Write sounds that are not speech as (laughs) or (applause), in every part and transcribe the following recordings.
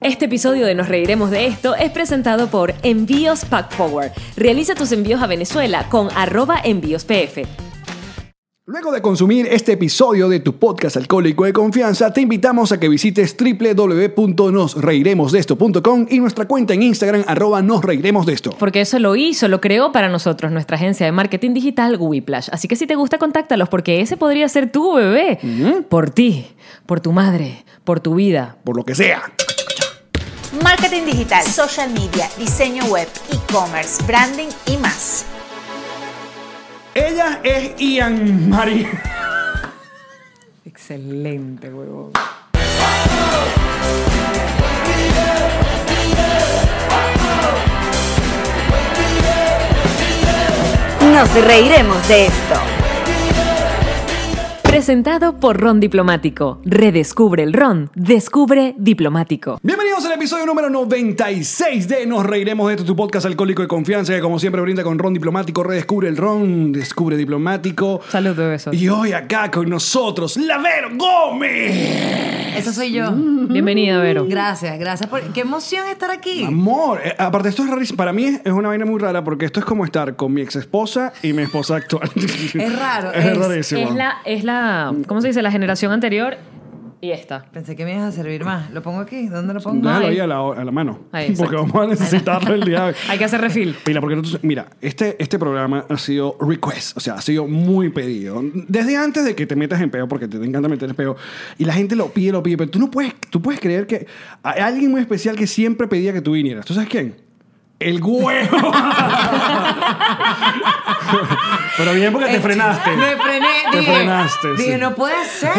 Este episodio de Nos Reiremos de Esto es presentado por Envíos Pack Forward. Realiza tus envíos a Venezuela con arroba envíos PF. Luego de consumir este episodio de tu podcast alcohólico de confianza, te invitamos a que visites www.nosreiremosdeesto.com y nuestra cuenta en Instagram arroba nosreiremosdeesto. Porque eso lo hizo, lo creó para nosotros nuestra agencia de marketing digital Whiplash. Así que si te gusta, contáctalos porque ese podría ser tu bebé. Por ti, por tu madre, por tu vida. Por lo que sea. Marketing digital, social media, diseño web, e-commerce, branding y más. Ella es Ian Marie. Excelente, huevón. Nos reiremos de esto. Presentado por Ron Diplomático. Redescubre el Ron. Descubre Diplomático. Bienvenidos al episodio número 96 de Nos Reiremos de Esto, tu podcast alcohólico de confianza que como siempre brinda con Ron Diplomático, redescubre el Ron, descubre Diplomático. Salud, besos. Y hoy acá con nosotros, Lavero Gómez. Eso soy yo. Mm. Bienvenida, Vero. Gracias, gracias por. Qué emoción estar aquí. Amor, eh, aparte esto es rarísimo. Para mí es- es una vaina muy rara porque esto es como estar con mi ex esposa y mi esposa actual. Es (laughs) raro, Es, es- rarísimo. Es la, es la, ¿cómo se dice? La generación anterior y esta. Pensé que me ibas a servir más. ¿Lo pongo aquí? ¿Dónde lo pongo? Déjalo Ay. ahí a la, a la mano. Ahí, porque exacto. vamos a necesitarlo el día de hoy. Hay que hacer (laughs) refil. Mira, porque nosotros- mira, este, este programa ha sido request, o sea, ha sido muy pedido. Desde antes de que te metas en peo, porque te, te encanta meter en peo, y la gente lo pide, lo pide, pero tú no puedes, tú puedes creer que hay alguien muy especial que siempre pedía que tú vinieras. ¿Tú sabes quién? El huevo. (laughs) pero bien porque te frenaste. Este, Me frené. Te dije, frenaste, Dije, sí. no puede ser.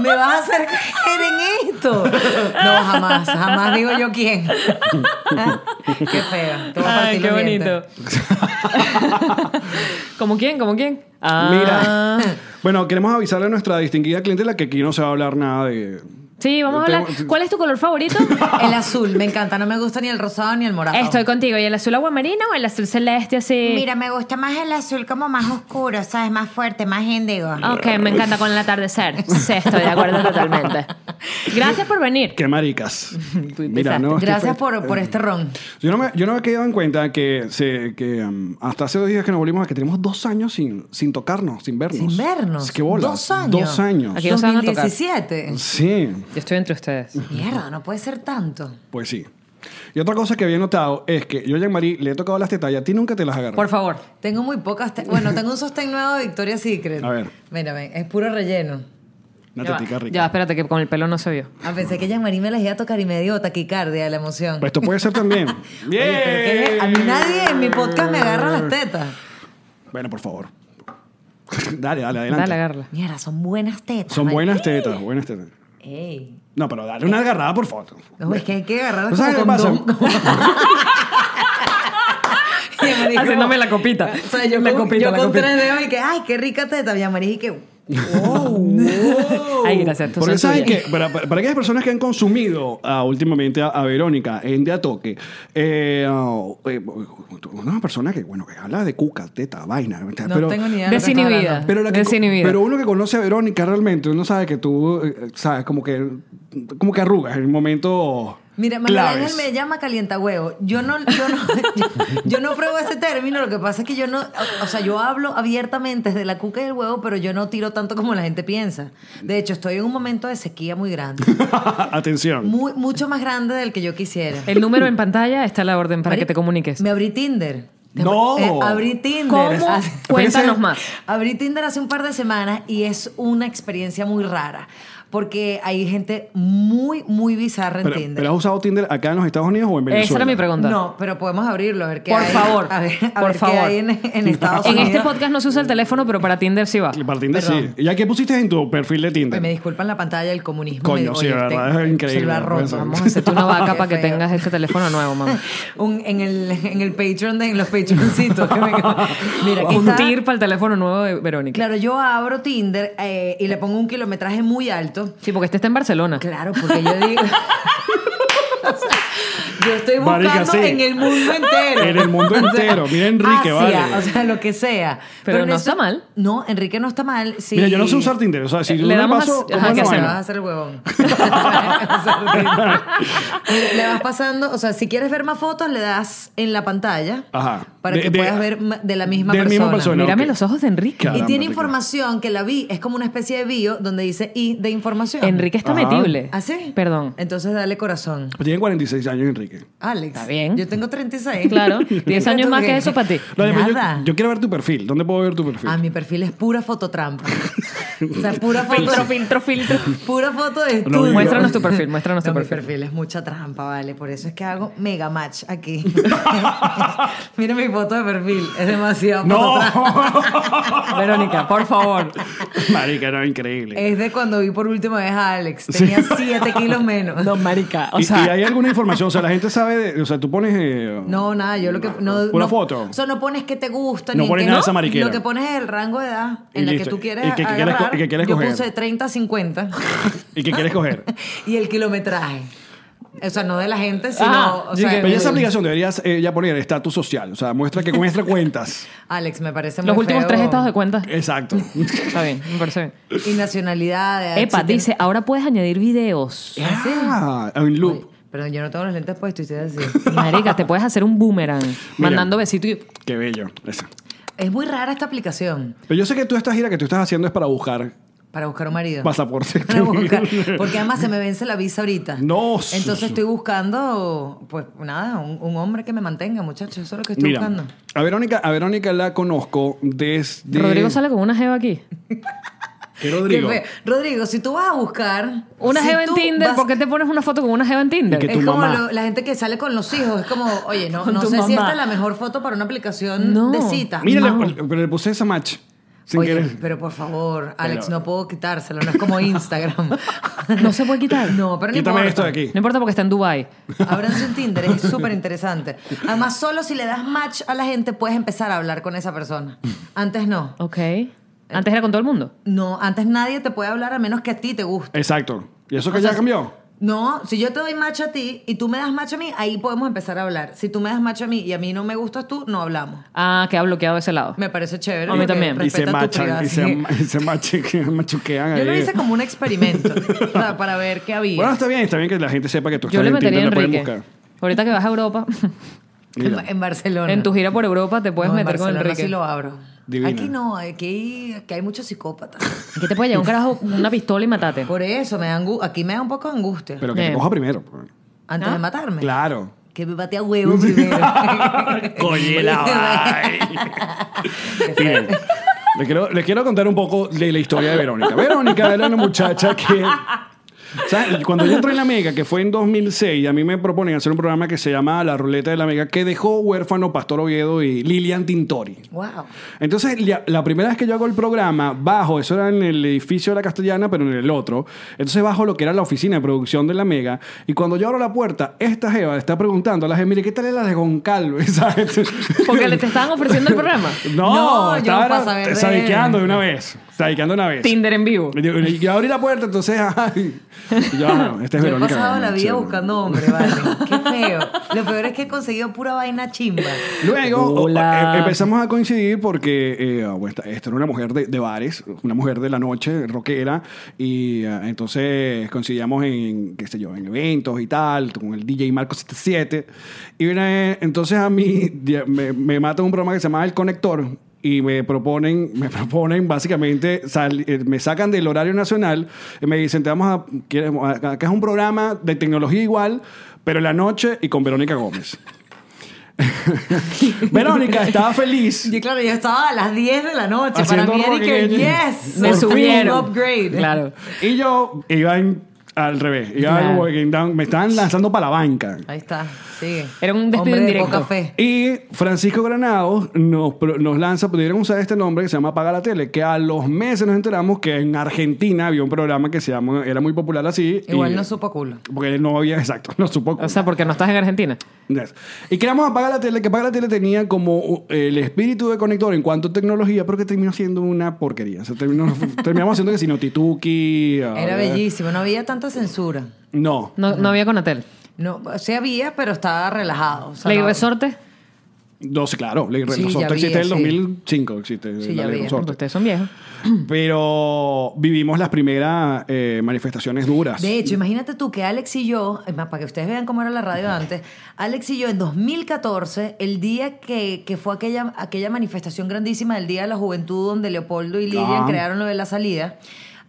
Me vas a hacer caer en esto. No, jamás. Jamás digo yo (laughs) quién. qué feo. Te voy a partir Ay, qué los dientes. bonito. ¿eh? (laughs) ¿Como quién? ¿Como quién? Ah. Mira. Bueno, queremos avisarle a nuestra distinguida clientela que aquí no se va a hablar nada de. Sí, vamos a hablar. Tengo- ¿Cuál es tu color (laughs) favorito? El azul, me encanta. No me gusta ni el rosado ni el morado. Estoy contigo. ¿Y el azul agua marina o el azul celeste así? Mira, me gusta más el azul como más oscuro, ¿sabes? Más fuerte, más índigo. Ah, Ok, me encanta con el atardecer. Sí, estoy de acuerdo totalmente. Gracias por venir. Qué maricas. Mira, no, es que Gracias fue- por, por este ron. Yo no, me, yo no me he quedado en cuenta que, se, que um, hasta hace dos días que nos volvimos a que tenemos dos años sin, sin tocarnos, sin vernos. Sin vernos. Es que bolas. Dos años. Dos años. Aquí no se van a tocar. (laughs) 2017. Sí, Yo estoy entre ustedes. Mierda, no puede ser tanto. pues sí. Y otra cosa que había notado es que yo a Jean-Marie le he tocado las tetas y a ti nunca te las agarré. Por favor. Tengo muy pocas. te- Bueno, tengo un sostén nuevo de Victoria's Secret. A ver. Mira, ven, es puro relleno. Una Ya va. tetica Ya, rica. espérate, que con el pelo no se vio. Ah, pensé que Jean-Marie me las iba a tocar y me dio taquicardia la emoción. Pues esto puede ser también. (laughs) Oye, Bien. pero ¿qué? A mí nadie en mi podcast me agarra las tetas. Bueno, por favor. (laughs) dale, dale, adelante. Dale, agarra. Mierda, son buenas tetas. Son man. buenas tetas, buenas tetas. Ey. No, pero dale una agarrada por foto. No, es que hay que agarrar ¿No sabes qué pasa? (laughs) Haciéndome la copita. O sea, yo La con, copita, yo la con copita. tres dedos y que, ay, qué rica teta, Jean-Marie, y que, wow. Ay, gracias. tú Porque son saben tuyas. que para, para- para aquellas personas que han consumido ah, últimamente a, a Verónica en De a Toque, eh, ah, eh, una persona que, bueno, que habla de cuca, teta, vaina. No pero, tengo ni idea. de lo que estás Desinhibida. hablando. Pero, la que- Desinhibida. pero uno que conoce a Verónica realmente, uno sabe que tú, eh, sabes, como que, como que arrugas en el momento. Mira, Manuel claves. (laughs) Ángel me llama calienta huevo. Yo no, yo no, (laughs) yo, yo no pruebo ese término. Lo que pasa es que yo no, o sea, yo hablo abiertamente de la cuca y el huevo, pero yo no tiro tanto como la gente piensa. De hecho, estoy en un momento de sequía muy grande, Atención. muy, mucho más grande del que yo quisiera. El número en pantalla está a la orden para que te comuniques. Me abrí Tinder. No. Eh, abrí Tinder. ah, ¿Cómo? Hace- Cuéntanos más. Abrí Tinder hace un par de semanas y es una experiencia muy rara. Porque hay gente muy, muy bizarra en Pero, Tinder. pero has usado Tinder acá en los Estados Unidos o en Venezuela? Esa era mi pregunta. No, pero podemos abrirlo, a ver qué Por hay. favor, A ver, a por ver qué favor. hay en, en Estados En Unidos. este podcast no se usa el teléfono, pero para Tinder sí va. Para Tinder Perdón. sí. ¿Y a qué pusiste en tu perfil de Tinder? Ay, Me disculpan la pantalla del comunismo. Coño, me- sí, oye, la te- verdad, es increíble, Se lo arrojo. pues, Vamos a hacerte una vaca para que (laughs) Qué feo. tengas este teléfono nuevo, mamá. Un- en, el, en el Patreon, de, en los Patreoncitos. que me- (laughs) Mira, aquí Un está. tir para el teléfono nuevo de Verónica. Claro, yo abro Tinder eh, y le pongo un kilometraje muy alto. Sí, porque este está en Barcelona. Claro, porque yo digo. (laughs) O sea, Yo estoy buscando Marica, sí. en el mundo entero. En el (laughs) mundo entero. Mira, Enrique, Asia, vale. ah, O sea, lo que sea. Pero no en está mal. No, Enrique no está mal. sí. Mira, yo no sé usar Tinder. O sea, si Eh, yo le no damos a- paso, ¿cómo ajá, es ¿qué la hacemos? Vas vaina? a hacer el huevón. (laughs) (laughs) Le vas pasando, o sea, si quieres ver más fotos, le das en la pantalla Ajá. para De- que de- puedas ver ma- de la misma del mismo persona. persona. Bueno, Mírame ok. los ojos de Enrique. Claro. Y tiene Caramba, información que la vi, es como una especie de bio donde dice I de información. Enrique está Ajá. metible. ¿Ah, sí? Perdón. Entonces dale corazón. Pues Tiene 46 años, Enrique. Alex. Está bien. Yo tengo 36. (laughs) Claro, 10 años ¿Tú más qué? que eso para ti. No, yo- Nada. Yo, quiero ver tu perfil. ¿Dónde puedo ver tu perfil? Ah, mi perfil es (laughs) pura fototrampa. o sea, pura foto. Filtro, filtro, filtro. Pura foto de No, estudio. Muéstranos tu perfil, muéstranos tu No, mi perfil. es mucha trampa, vale. Por eso es que hago mega match (laughs) aquí. Mira mi foto de perfil. Es demasiado ¡No! fototrampa. (laughs) Verónica, por favor. Marica, no, increíble. Es de cuando vi por última vez a Alex. Tenía 7 kilos menos. No, marica. O ¿Y- sea, y, hay alguna información? O sea, la gente sabe. de- o sea, tú pones. eh, No, nada, yo lo que. No, Pura no- foto. O sea, no pones que te gusta. No ni en pones qué- nada de esa mariquera. Lo que pones es el rango de edad Y en la listo. que tú quieres. Y que- que quieres co- agarrar. y que quieres yo coger. puse 30, 50. ¿Y qué quieres coger? (laughs) y el kilometraje. O sea, no de la gente, sino. Ah, o yo sea, que- Pero el- esa aplicación deberías eh, ya poner estatus social. O sea, muestra que muestra cuentas. Alex, me parece muy los últimos feo. tres estados de cuenta. Exacto. Está bien, me parece bien. Y nacionalidades. Epa, si tienes- dice, ahora puedes añadir (laughs) videos. Ah, en loop. Perdón, yo no tengo los lentes puestos y estoy así. (laughs) Marica, te puedes hacer un boomerang mandando besitos y... Qué bello. Eso. Es muy rara esta aplicación Pero yo sé que tú esta gira que tú estás haciendo es para buscar para buscar un marido. pasaporte. (laughs) Para buscar- (laughs) porque además se me vence la visa ahorita. No, Entonces su- estoy buscando, pues nada, un, un hombre que me mantenga, muchachos. Eso es lo que estoy Mira, buscando. a Verónica, a Verónica la conozco desde. Rodrigo sale con una jeva aquí. ¿Qué Rodrigo? Qué feo. Rodrigo, si tú vas a buscar. Una si jeva en tú Tinder, vas- ¿por qué te pones una foto con una jeva en Tinder? Y que Es tu como mamá. lo- la gente que sale con los hijos. Es como, oye, no, Con no tu sé si mamá. esta es la mejor foto para una aplicación No. de cita. Mira, No. le, pero le puse esa match. Sin Oye, querer. pero por favor, Alex, Pero- no puedo quitárselo, no (laughs) es como Instagram. No se puede quitar. No, pero no Quítame importa. esto de aquí. No importa porque está en Dubai. Ábranse un Tinder, es súper interesante. Además, solo si le das match a la gente puedes empezar a hablar con esa persona. Antes no. Ok. Antes era con todo el mundo. No, antes nadie te puede hablar a menos que a ti te guste. Exacto. ¿Y eso que O sea, ya cambió? No, si yo te doy match a ti y tú me das match a mí, ahí podemos empezar a hablar. Si tú me das match a mí y a mí no me gustas tú, no hablamos. Ah, queda bloqueado ese lado. Me parece chévere. A mí porque también. Y se respeta tu machan, y se, privacidad. y (laughs) se mache- machuquean Yo lo ahí. hice como un experimento o sea, para ver qué había. Bueno, está bien, está bien que la gente sepa que tú Yo estás le en metería a Tinder, la pueden Enrique. buscar. Ahorita que vas a Europa, (laughs) en, (laughs) Mira. en Barcelona. en tu gira por Europa, te puedes No, en meter con Barcelona Enrique. sí lo abro. Divina. Aquí no, aquí, aquí hay muchos psicópatas. Aquí te (laughs) puede llevar un carajo una pistola y matarte. Por eso me da angu- aquí me da un poco de angustia. Pero que te Bien. coja primero. pues. antes de matarme. Claro. Que me bate a huevo primero. (laughs) (laughs) Oye, la vaina. Bien. Le quiero, le quiero contar un poco de la historia de Verónica. Verónica era una muchacha que... ¿sabes? Cuando yo entré en La Mega, que fue en 2006, a mí me proponen hacer un programa que se llama La Ruleta de La Mega, que dejó huérfano Pastor Oviedo y Lilian Tintori. wow. Entonces, la, la primera vez que yo hago el programa, bajo, eso era en el edificio de la Castellana, pero en el otro. Entonces, bajo lo que era la oficina de producción de la Mega. Y cuando yo abro la puerta, esta Jeva está preguntando a la gente, mire, ¿qué tal es la de Goncalves? (laughs) ¿Sabes? Porque le te estaban ofreciendo el (laughs) programa. (laughs) No, No, yo estaba para saber de él. sadiqueando de una vez. Sadiqueando de una vez. Tinder en vivo. Y Yo, y yo abrí la puerta, entonces, (laughs) ay. Y yo, ah, no, esta es Yo he Verónica pasado la Gómez, vida sí. buscando hombre, vale. Qué feo. Lo peor es que he conseguido pura vaina chimba. Luego o- Hola. em- empezamos a coincidir porque eh, bueno, esta, esta era una mujer de, de bares, una mujer de la noche, rockera, y eh, entonces coincidíamos en, qué sé yo, en eventos y tal, con el DJ Marco 77. Y una vez, entonces a mí ya, me, me mata un programa que se llama El Conector. Y me proponen, (laughs) me proponen básicamente, sal- eh, me sacan del horario nacional y me dicen, te vamos a, queremos- a- acá es un programa de tecnología igual, pero en la noche y con Verónica Gómez. Verónica estaba feliz. Yo, claro, yo estaba a las 10 de la noche. Haciendo Para mí era que, rock again. yes, Me por fin, subieron. upgrade. Claro. Y yo iba en- al revés. Iba Claro. como que down- me estaban lanzando para la banca. Ahí está, sigue. Era un despido Hombre indirecto. De poca fe. Y Francisco Granados nos, pro- nos lanza, pudieron usar este nombre que se llama Paga la Tele, que a los meses nos enteramos que en Argentina había un programa que se llama, era muy popular así. y- Igual no supo culo. Porque no había, (laughs) exacto, no supo. O sea, porque no estás en Argentina. Yes. Y creamos Apaga la Tele, que Apaga la Tele tenía como uh, el espíritu de conector en cuanto a tecnología, pero que terminó siendo una porquería. O sea, terminó- (laughs) terminamos haciendo que si no Tituki. a Era ver. bellísimo, no había tanta censura. No. No, no había Conatel. No, sí había, pero estaba relajado. o sea, ¿Ley no- resorte? No, sí, claro, ley Sí, ya resorte vi, existe en el sí. 2005, existe Sí, la ya ley vi. resorte. Ustedes son viejos. Pero vivimos las primeras eh, manifestaciones duras. De hecho, imagínate tú que Alex y yo, es más, para que ustedes vean cómo era la radio antes, Alex y yo en 2014, el día que, que fue aquella, aquella manifestación grandísima del Día de la Juventud, donde Leopoldo y Lilian Ah. crearon lo de la salida,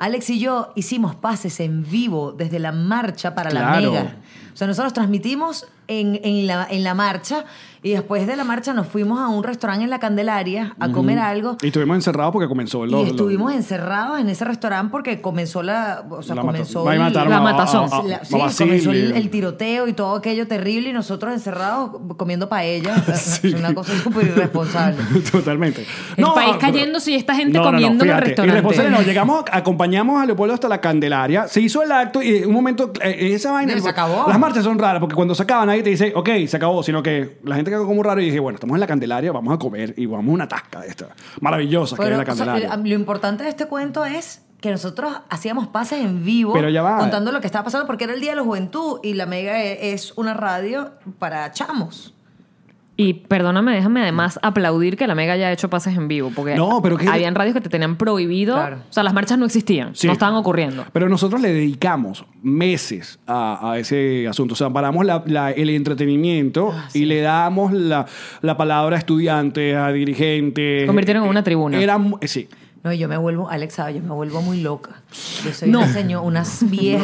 Alex y yo hicimos pases en vivo desde la marcha para Claro. la mega. O sea, nosotros transmitimos en, en la, en la marcha y después de la marcha nos fuimos a un restaurante en la Candelaria a comer algo. y estuvimos encerrados porque comenzó el... Y estuvimos encerrados en ese restaurante porque comenzó la. O sea, La mata- comenzó. va y el- mataron la a- matazón. a- a- la- a sí, Basile. comenzó el, el tiroteo y todo aquello terrible y nosotros encerrados comiendo paella. (laughs) Sí. Es una cosa súper irresponsable. (laughs) Totalmente. El país cayéndose y esta gente comiendo en el fíjate, restaurante. irresponsable, no, llegamos, acompañamos a Leopoldo hasta la Candelaria, se hizo el acto y en un momento, eh, esa vaina... Se acabó. Las marchas son raras porque cuando se acaban nadie te dice, ok, se acabó, sino que la gente quedó como raro y dije, bueno, estamos en la Candelaria, vamos a comer y vamos a una tasca de esta. Maravillosa que es Pero, la o sea, Candelaria. lo importante de este cuento es que nosotros hacíamos pases en vivo Pero ya va. contando lo que estaba pasando porque era el Día de la Juventud y la Mega e- es una radio para chamos. Y perdóname, déjame además aplaudir que la Mega haya hecho pases en vivo, porque No, pero que- habían radios que te tenían prohibido. Claro. O sea, las marchas no existían, Sí. no estaban ocurriendo. Pero nosotros le dedicamos meses a, a ese asunto. O sea, paramos la- la- el entretenimiento Ah, y le damos la, la palabra a estudiantes, a dirigentes. Convirtieron en una tribuna. Era mu- eh, sí. No, yo me vuelvo, Alex sabe, yo me vuelvo muy loca. Yo soy No. una, seño- una vieja,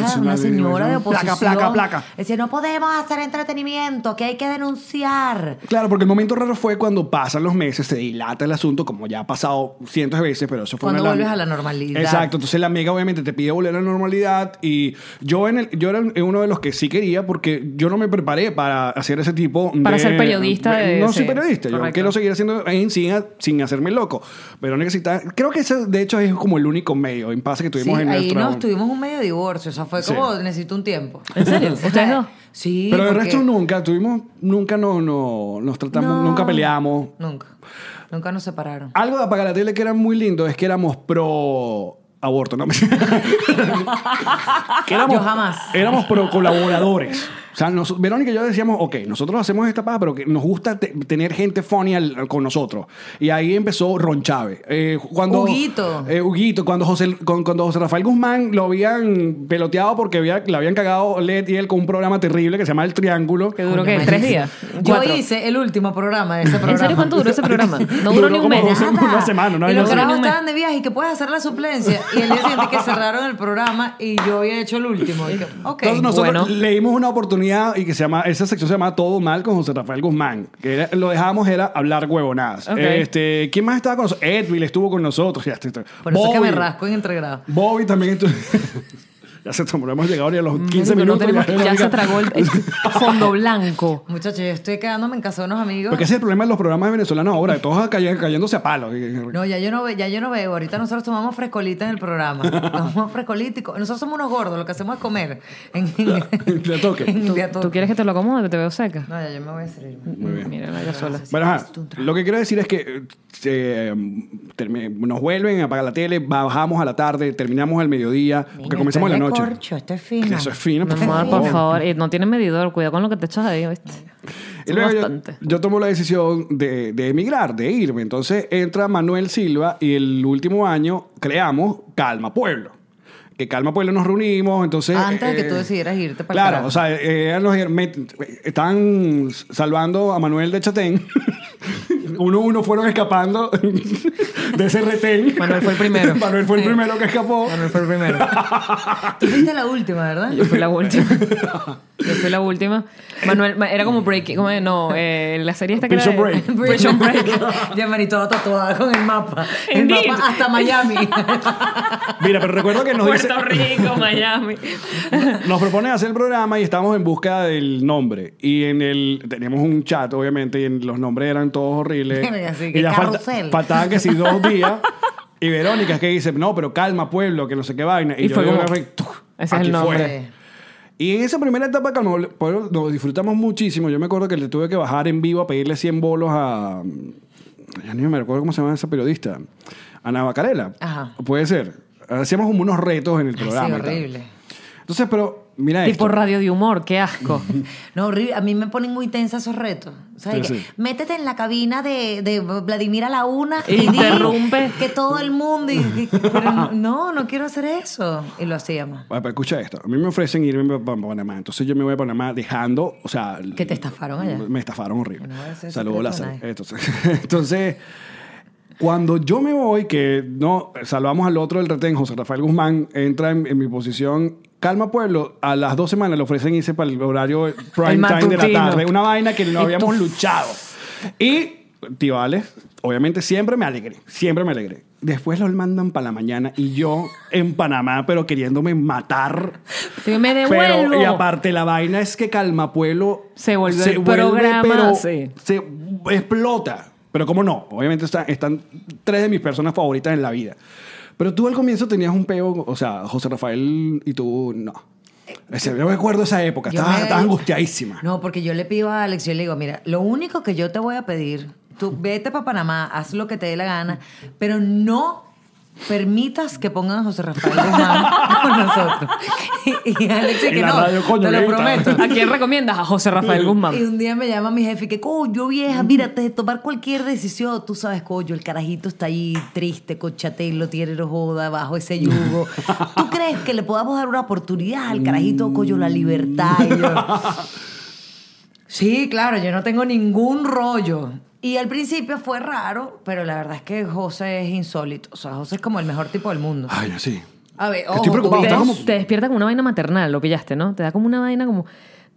No, una es una señora de placa, oposición. placa, placa. Decía, no podemos hacer entretenimiento, que hay que denunciar. Claro, porque el momento raro fue cuando pasan los meses, se dilata el asunto, como ya ha pasado cientos de veces, pero eso fue Cuando una vuelves a la normalidad. Exacto. Entonces la mega obviamente te pide volver a la normalidad y yo en el, yo era uno de los que sí quería porque yo no me preparé para hacer ese tipo Para de- ser periodista de- no sí, soy periodista, yo correcto. quiero seguir haciendo en sin, sin hacerme loco, pero necesita creo que ese de hecho es como el único medio en paz que tuvimos Sí, en ahí nuestra nos tuvimos un medio divorcio, o sea, fue Sí. como necesito un tiempo. ¿En (laughs) serio? ¿Ustedes dos? Sí. Pero el porque- resto nunca tuvimos nunca no, no nos tratamos, No. nunca peleamos. Nunca. Nunca nos separaron. Ah, Algo de apagar la tele que era muy lindo es que éramos pro aborto, ¿no? que Yo jamás. Éramos pro colaboradores. O sea, nos- Verónica y yo decíamos, ok, nosotros hacemos esta paz, pero que nos gusta te- tener gente funny al- con nosotros. Y ahí empezó Ron Chávez. Eh, cuando, Huguito. Eh, Huguito, cuando José, con- cuando José Rafael Guzmán lo habían peloteado porque había, le habían cagado Led y él con un programa terrible que se llama El Triángulo. Que duró Coño, que madre. tres días. Yo Cuatro. hice el último programa de ese programa. ¿En serio cuánto duró ese (laughs) programa? No duró, Duró ni un como mes. dos semanas. Nada. Una semana, una y vaina los así. carajos No me- estaban de viaje y que puedes hacer la suplencia. Y el día siguiente que cerraron el programa y yo había hecho el último. Y que, ok. Entonces bueno. nosotros le dimos una oportunidad y que se llama, esa sección se llama Todo Mal con José Rafael Guzmán. Que era- lo dejábamos era hablar huevonadas. Ok. Este, ¿Quién más estaba con nosotros? Edwin estuvo con nosotros. Ya, este, este. Por eso es que me Bobby. rasco en entregrado. Bobby también estuvo. (laughs) ya se tomó, hemos llegado ni a los 15 Marico, Mm, no minutos. tenemos- ya Verónica- se tragó (laughs) el, el fondo blanco. Muchachos, yo estoy quedándome en casa de unos amigos. Porque ese es el problema de los programas venezolanos ahora, de todos cay- cayéndose a palos. (laughs) No, ya yo no, ve- ya yo no veo. Ahorita nosotros tomamos frescolita en el (laughs) programa. Tomamos frescolita. y co- Nosotros somos unos gordos. Lo que hacemos es comer. En, (laughs) en- De a toque. (laughs) en- de a ¿Tú toque. quieres que te lo acomode? Que te veo seca. No, ya yo me voy a servir. Mira, no, yo sola. Bueno, ajá, lo que quiero decir es que eh, se, mm, termi- nos vuelven a apagar la tele, bajamos a la tarde, terminamos al mediodía, porque comenzamos en la noche. Corcho, esto es fino. Eso es fino, Mi amor, por favor, eh, no tienes medidor, cuidado con lo que te echas ahí, ¿viste? Y luego yo, Bastante. yo tomo la decisión de, de emigrar, de irme. Entonces entra Manuel Silva y el último año creamos Calma Pueblo. Que Calma Pueblo nos reunimos, entonces... Antes de que tú decidieras irte para el eh, Claro, carajo. o sea, eh, eran los- me- estaban salvando a Manuel de Chatén. (laughs) uno a uno fueron escapando (laughs) de ese retén. Manuel fue el primero. (laughs) Manuel fue el primero que escapó. Manuel fue el primero. Tú fuiste la última, ¿verdad? (laughs) Yo fui la (laughs) última. Yo fui la última. Manuel, ma- era como Breaking, ¿cómo es? No, eh, la serie esta que Prison era de- Break. (laughs) Prison Break. Ya Mari toda tatuada con el mapa. El Indeed. mapa hasta Miami. (laughs) Mira, pero recuerdo que (laughs) nos dice... Puerto Rico, Miami. (laughs) Nos proponen hacer el programa y estamos en busca del nombre. Y en el. Teníamos un chat, obviamente, y en- los nombres eran todos (laughs) horribles. Verga, sí, qué ya falta- carrusel. faltaban que si (laughs) dos días. Y Verónica es que dice, no, pero calma, pueblo, que no sé qué vaina. Y, Y yo fue digo, como, "Ay, tú, ese es el aquí nombre". fue". Y en esa primera etapa, calma, pueblo, nos disfrutamos muchísimo. Yo me acuerdo que le tuve que bajar en vivo a pedirle 100 bolos a. Ya ni me recuerdo cómo se llama esa periodista. Ana Bacarela. Ajá. Puede ser. Hacíamos como unos retos en el Sí, programa. y tal. horrible. Entonces, pero Mira Tipo esto. radio de humor, qué asco. No, horrible. A mí me ponen muy tensa esos retos. O sea, Sí, de que, sí. métete en la cabina de, de Vladimir a la una y di Interrumpe. que todo el (laughs) mundo. y- y- pero no, no quiero hacer eso. Y lo hacíamos. Ah, pero escucha esto. A mí me ofrecen irme para Panamá. Entonces yo me voy a Panamá dejando, o sea... ¿Que te estafaron allá? Me estafaron horrible. No voy a hacer Saludos, secreto Lázaro. a nadie. Entonces, (laughs) entonces, cuando yo me voy, que no, salvamos al otro del retén, José Rafael Guzmán, entra en, en mi posición... Calma Pueblo, a las dos semanas le ofrecen irse para el horario prime El time de la matutino. tarde. Una vaina que no Y habíamos tú- luchado. Y, tío Alex, obviamente siempre me alegré, siempre me alegré. Después lo mandan para la mañana y yo en Panamá, pero queriéndome matar. Que me devuelvo. Pero, y aparte, la vaina es que Calma Pueblo Se volvió el programa, pero sí. se explota. Pero cómo no, obviamente está- están tres de mis personas favoritas en la vida. Pero tú al comienzo tenías un peo, o sea, José Rafael y tú no. Ese- Yo recuerdo esa época, Yo estabas me- estabas angustiadísima. No, porque yo le pido a Alex, yo le digo, mira, lo único que yo te voy a pedir, tú vete para Panamá, haz lo que te dé la gana, pero no permitas que pongan a José Rafael Guzmán con nosotros. (laughs) Y, y Alex dice En que la no, radio, coño, te lo evita. prometo. ¿A quién recomiendas? A José Rafael Y Guzmán. un día me llama mi jefe que, coño, vieja, Mm. mira, antes de tomar cualquier decisión, tú sabes, coño, el carajito está ahí triste, cochatelo, tiene no joda, bajo ese yugo. (laughs) ¿Tú crees que le podamos dar una oportunidad al Mm. carajito, coño, la libertad? Y yo, sí, claro, yo no tengo ningún rollo. Y al principio fue raro, pero la verdad es que José es insólito. O sea, José es como el mejor tipo del mundo. Ay, yo sí. A ver, Estoy ojo, preocupado, Te, está tuvimos- como- te despierta como una vaina maternal, lo pillaste, ¿no? Te da como una vaina como...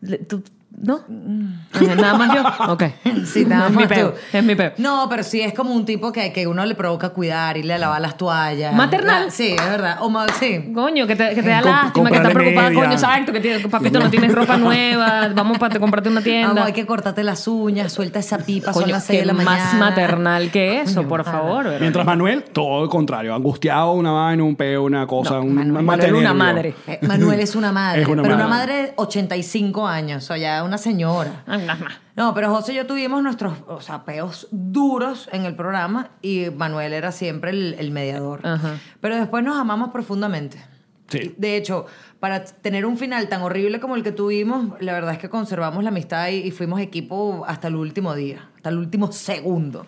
le- tú- ¿No? Nada más yo. Ok. Mm. (laughs) Sí, (laughs) nada es más mi peo. tú. Es mi peo. No, pero sí es como un tipo que, que uno le provoca cuidar y le lava las toallas. Maternal. La- sí, es verdad. O ma- sí. Coño, que te, que te da Com- lástima, que estás comprarle preocupada, media. coño, exacto, que tienes- papito no tienes (laughs) ropa nueva, vamos para comprarte una Vamos, tienda. hay que cortarte las uñas, suelta esa pipa, son Coño, las seis qué de la mañana. más maternal que eso, por ojalá. favor. ¿verdad? Mientras Manuel, todo lo contrario, angustiado, una vaina, un peo, una cosa, un Manuel mal era una nervio. madre. Eh, Manuel es una madre, Es una pero una madre. madre de 85 años, o ya una señora. Ah, nada más. No, pero José y yo tuvimos nuestros o sea, peos duros en el programa y Manuel era siempre el, el mediador. Ajá. Pero después nos amamos profundamente. Sí. De hecho, para tener un final tan horrible como el que tuvimos, la verdad es que conservamos la amistad y, y fuimos equipo hasta el último día, hasta el último segundo.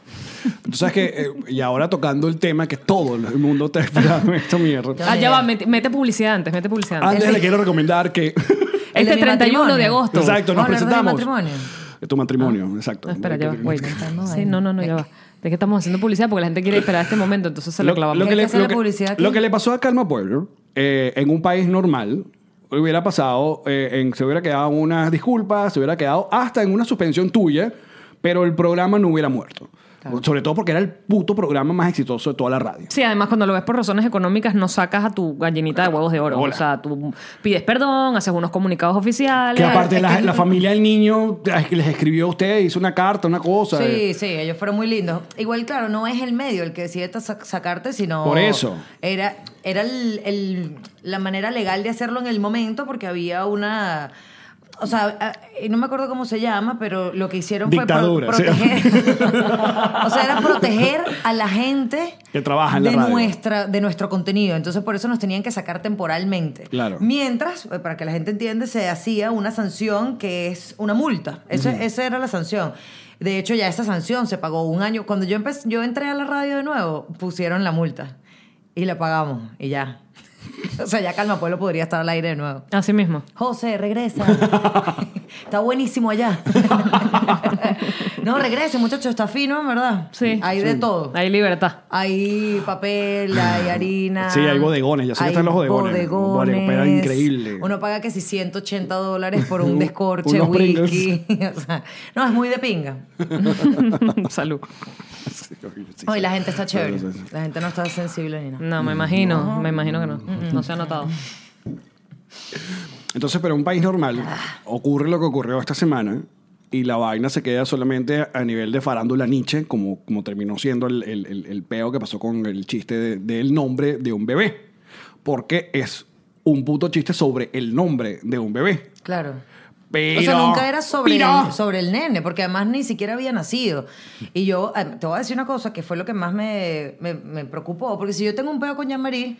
Tú sabes que, eh, y ahora tocando el tema que todo el mundo (laughs) está esperando esta mierda. Ah, ya va, mete, mete publicidad antes, mete Ah, publicidad antes. Antes le quiero recomendar (laughs) que. ¿El de Este mi 31 de matrimonio? agosto. (laughs) exacto, nos Hablar de presentamos. matrimonio. Ah, De tu matrimonio, exacto. No, espera, ya va. Wait. Inventando Sí, no, no, no, ya va. De que estamos haciendo publicidad porque la gente quiere esperar este momento, entonces se lo, clavamos. Hay que que le, hacer lo la que- publicidad aquí. lo que le pasó a Calma Pueblo, eh, en un país normal, hubiera pasado, eh, en- se hubiera quedado unas disculpas, se hubiera quedado hasta en una suspensión tuya, pero el programa no hubiera muerto. Sobre todo porque era el puto programa más exitoso de toda la radio. Sí, además cuando lo ves por razones económicas no sacas a tu gallinita de huevos de oro. Hola. O sea, tú pides perdón, haces unos comunicados oficiales. Que aparte la, la familia del niño eh, les escribió a ustedes, hizo una carta, una cosa. eh. Sí, sí, ellos fueron muy lindos. Igual, claro, no es el medio el que decide ta- sac- sacarte, sino... Por eso. Era, era el- el- la manera legal de hacerlo en el momento porque había una... O sea, a- y no me acuerdo cómo se llama, pero lo que hicieron Dictadura, fue sí. pro- proteger... (laughs) o sea, era proteger a la gente... Que trabaja en la de radio. Nuestra, de nuestro contenido. Entonces, por eso nos tenían que sacar temporalmente. Claro. Mientras, eh, para que la gente entienda, se hacía una sanción que es una multa. Ese- Esa era la sanción. De hecho, ya esa sanción se pagó un año. Cuando yo, empecé, yo entré a la radio de nuevo, pusieron la multa. Y la pagamos. Y ya. (laughs) o sea, ya Calma Pueblo podría estar al aire de nuevo. Así mismo. José, regresa. está buenísimo allá. (laughs) no, regrese, muchachos. Está fino, en verdad. Sí. Hay de todo. Hay (laughs) libertad. Hay papel, hay harina. Ah, Sí, hay bodegones, ya sé que Hay están los bodegones. bodegones. Vale, pero increíble. Uno paga que si 180 dólares (laughs) por un descorche, Unos whisky. (laughs) O sea, no, es muy de pinga. Salud. Hoy la gente está chévere. La gente no está sensible ni nada. No, me imagino, me imagino que no. Mm, No se ha notado. Entonces, pero en un país normal Ah. ocurre lo que ocurrió esta semana y la vaina se queda solamente a nivel de farándula Nietzsche, como, como terminó siendo el, el, el- el peo que pasó con el chiste de- del nombre de un bebé. Porque es un puto chiste sobre el nombre de un bebé. Claro. Pero, O sea, nunca era sobre pero- el, sobre el nene, porque además ni siquiera había nacido. Y yo eh, te voy a decir una cosa que fue lo que más me, me- me preocupó, porque si yo tengo un pedo con Jean-Marie,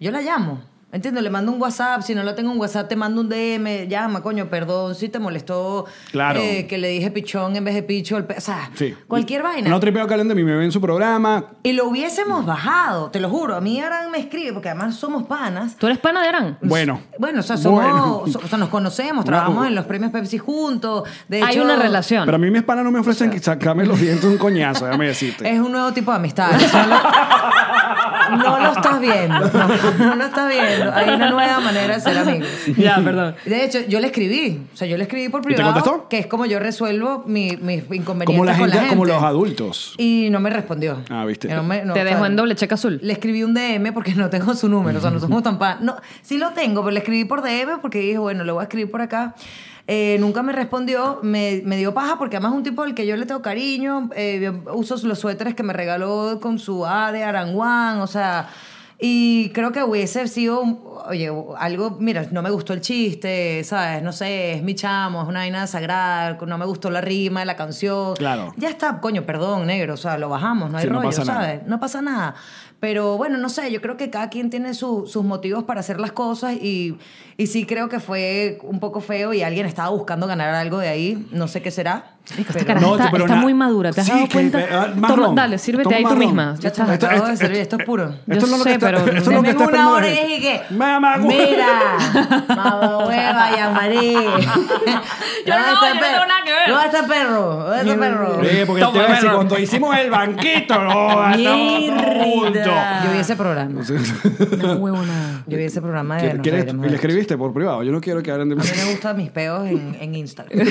yo la llamo. ¿Entiendes? Le mando un WhatsApp, si no la tengo un WhatsApp, te mando un DM, llama, coño, perdón, si te molestó Claro. eh, que le dije pichón en vez de picho, al pe- o sea, Sí. cualquier vaina. No tripeo calendar, mi bebé en su programa. Y lo hubiésemos bajado, te lo juro. A mí Aran me escribe, porque además somos panas. ¿Tú eres pana de Arán? Bueno. Bueno, o sea, somos, Bueno. so- o sea, nos Una- conocemos, trabajamos en los premios Pepsi juntos. De Hay hecho, una relación. Pero a mí mis panas no me ofrecen que sacarme los dientes un coñazo, (laughs) déjame decirte. Es un nuevo tipo de amistad. eso lo- (laughs) no lo estás viendo. No lo estás viendo. Hay una nueva manera de ser amigos. (laughs) ya, perdón. De hecho, yo le escribí. O sea, yo le escribí por te privado. contestó? Que es como yo resuelvo mi- mis inconvenientes Como la con gente, la gente. como los adultos. Y no me respondió. Ah, viste. Que no me- Eh, no, Te o sea, dejo en doble cheque azul. Le escribí un DM porque no tengo su número, (laughs) o sea, no somos tan pan. No, sí lo tengo, pero le escribí por DM porque dije, bueno, lo voy a escribir por acá. Eh, nunca me respondió, me, me dio paja porque además es un tipo al que yo le tengo cariño, eh, yo uso los suéteres que me regaló con su A de Aranguán, o sea, y creo que hubiese sido, un- oye, algo, mira, no me gustó el chiste, ¿sabes? No sé, es mi chamo, es una vaina sagrada, no me gustó la rima de la canción. Claro. Ya está, coño, perdón, negro, o sea, lo bajamos, no hay Sí, no rollo, pasa nada. ¿sabes? no pasa nada. Pero bueno, no sé, yo creo que cada quien tiene su- sus motivos para hacer las cosas y, y sí creo que fue un poco feo y alguien estaba buscando ganar algo de ahí, no sé qué será. Esta pero- caraja No, está, pero está na- muy madura, ¿te has Sí, dado que- cuenta? eh, ah, más Toma, ron. dale, sírvete Toma ahí más tú ron. misma. Ya Chacho, está. me acabo de servir, esto es puro. Esto es lo Yo que sé, está, pero esto es lo que Deme está una esperando hora la y gente. dije que, Mamá, güey. mira, mamá (laughs) hueva, llamaré. (laughs) Yo no, yo no tengo nada que ver. ¿Dónde está el perro? ¿Dónde está el perro? Eh, porque Toma, te voy a decir, perdón. cuando hicimos el banquito, no, Yo vi ese programa. No, huevona. Yo vi ese programa de... ¿Quieres- Nos quieres- y reiremos de le esto. escribiste por privado. Yo no quiero que hablen de mí. A mí me gustan mis peos en, (laughs) en Instagram.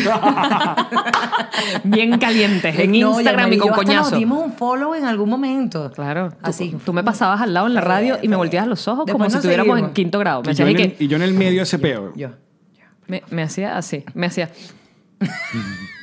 Bien (laughs) calientes en No, Instagram Yamari, y con yo hasta coñazo. Nos dimos un follow en algún momento. Claro. Así. Tú, tú me pasabas al lado en la radio y me volteabas los ojos como Después si nos estuviéramos en seguimos. quinto grado. Me Y yo, hacías en y el, que y yo en el medio de ese peo. Yo. me, me hacía así, me hacía. (laughs)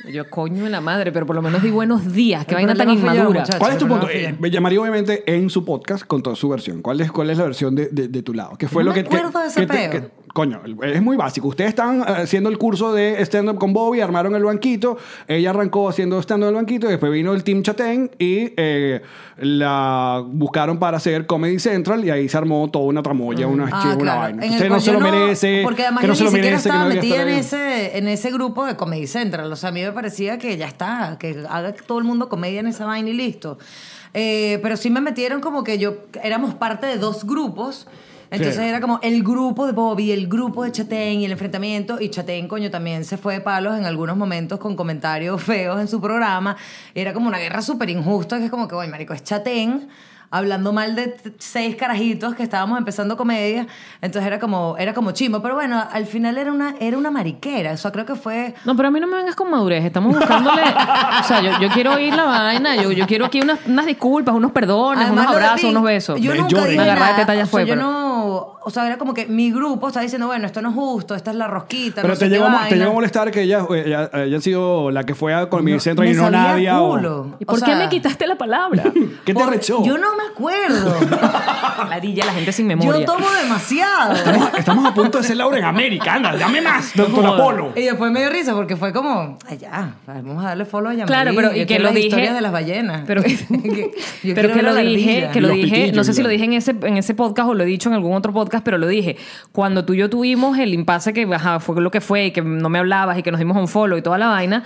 Yo coño de la madre, pero por lo menos di buenos días, qué El vaina tan problema fui yo, inmadura. muchacho. ¿Cuál es tu pero no punto? me Eh, fío. me llamaría obviamente en su podcast con toda su versión. ¿Cuál es, cuál es la versión de, de- de tu lado? ¿Qué fue No lo me que, que- acuerdo de ese que te- peo. que- coño, es muy básico. Ustedes están eh, haciendo el curso de stand-up con Bobby, armaron el banquito. Ella arrancó haciendo stand-up en el banquito. y Después vino el Team Chatén y eh, la buscaron para hacer Comedy Central y ahí se armó toda una tramoya, una, Ah, chis- una claro. vaina. En el Usted no cual se yo lo merece. Porque además que no yo se lo ni siquiera merece. que estaba no debería metida en estar ahí. ese, en ese grupo de Comedy Central. O sea, a mí me parecía que ya está, que haga todo el mundo comedia en esa vaina y listo. Eh, pero sí me metieron como que yo éramos parte de dos grupos. Entonces Sí. era como el grupo de Bobby, el grupo de Chatén y el enfrentamiento. Y Chatén, coño, también se fue de palos en algunos momentos con comentarios (laughs) feos en su programa. Y era como una guerra súper injusta, que es como que, oye, marico, es Chatén hablando mal de t- seis carajitos que estábamos empezando comedia. Entonces era como, era como chimbo. Pero bueno, al final era una, era una mariquera. Eso creo que fue... No, pero a mí no me vengas con madurez. Estamos buscándole. o sea, yo, yo quiero oír la vaina. Yo, yo quiero aquí unas, unas disculpas, unos perdones, Además, unos lo de abrazos, Pink, unos besos. Yo Me nunca lloren. dije La agarrada de nada. teta ya O sea, fue, yo pero- no... O sea, era como que mi grupo está diciendo, bueno, esto no es justo, esta es la rosquita, Pero no sé te qué llegó, a mo- te vaina. llegó a molestar que ella, ella, ella ha sido la que fue a Comedy Central me y no nadie. sabía culo. ¿Y por o qué sea- me quitaste la palabra? (laughs) ¿Qué te Por- rechó? Yo no me acuerdo. (laughs) Clarilla, la gente sin memoria. Yo tomo demasiado. Estamos, (laughs) estamos a punto de ser Laura en América. Anda, dame más, doctor jodas. Apolo. Y después me dio risa porque fue como, ay, ya, vamos a darle follow a Yamari. Claro, pero y Yo que quiero lo las dije. historias de las ballenas. (laughs) Pero, (laughs) Que- yo pero quiero que ver a lo la dije, ardilla. que lo Los dije, no pitillos, sé si lo claro. dije en ese, en ese podcast o lo he dicho en algún otro podcast, pero lo dije. Cuando tú y yo tuvimos el impasse que ajá, fue lo que fue y que no me hablabas y que nos dimos un follow y toda la vaina,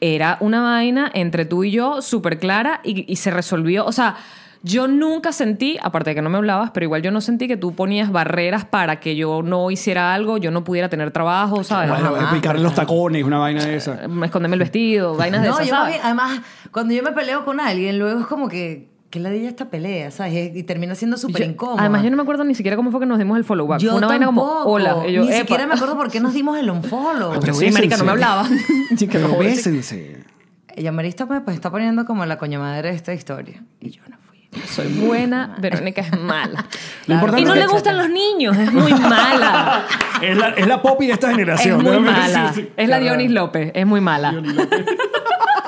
era una vaina entre tú y yo súper clara y, y se resolvió. O sea, yo nunca sentí, aparte de que no me hablabas, pero igual yo no sentí que tú ponías barreras para que yo no hiciera algo, yo no pudiera tener trabajo, ¿sabes? Bueno, Ajá. picarle los tacones, una vaina de esa. Esconderme el vestido, vainas de No, esas, yo más ¿sabes? bien, además, cuando yo me peleo con alguien, luego es como que, que la dilla esta pelea, ¿sabes? Y y termina siendo súper Yo- incómodo. Además, yo no me acuerdo ni siquiera cómo fue que nos dimos el follow back. Yo fue una vaina como, tampoco. hola. Y yo, Ni "Epa". siquiera me acuerdo por qué nos dimos (laughs) el unfollow. Pero Sí, marica, no me bésense. (laughs) hablaba. Sí, que Pero no, bésense. Yamari está, pues, está poniendo como la coña madre de esta historia. Y yo no fui. Soy buena, Verónica es mala. Lo importante y no es le que- gustan los niños, es (laughs) muy mala. Es la, es la popi de esta es generación. muy déjame mala. decirte. Es la Dionis López, es muy mala.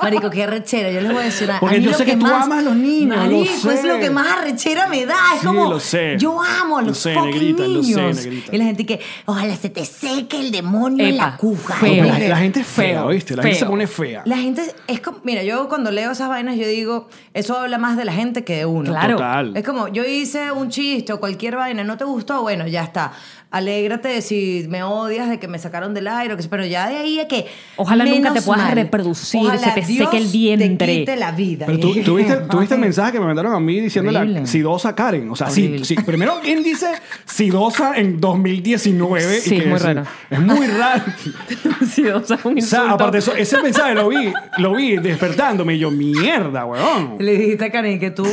Marico, qué arrechera. Yo les voy a decir una- a Porque mí yo lo sé que tú amas a los niños, lo Marico, es sé. lo que más arrechera me da. Es Sí, como, lo sé. yo amo a Lo los sé, fucking negrita, lo niños. sé, negrita. Y la gente que, ojalá se te seque el demonio en la Epa, cuja. feo. No, la, la gente es fea, Feo, ¿viste? La feo. gente se pone fea. La gente es como, mira, yo cuando leo esas vainas yo digo, eso habla más de la gente que de uno. Claro. Total. Es como, yo hice un chiste o cualquier vaina, no te gustó, bueno, ya está. Alégrate de si me odias, de que me sacaron del aire, o que- pero ya de ahí a que. Ojalá nunca menos te puedas mal. reproducir, Ojalá se te Dios seque el vientre. Te quite la vida. Pero tú, tú viste, tú (laughs) viste el mensaje que me mandaron a mí diciendo la Horrible. Sidosa Karen. O sea, sí, Horrible. sí. Primero, ¿quién dice Sidosa en 2019? Sí, es que muy raro. Es muy raro. (laughs) Sí, o sea, un O sea, insulto. aparte de eso, ese mensaje lo vi, lo vi despertándome y yo, mierda, weón. Le dijiste a Karen (laughs) que tú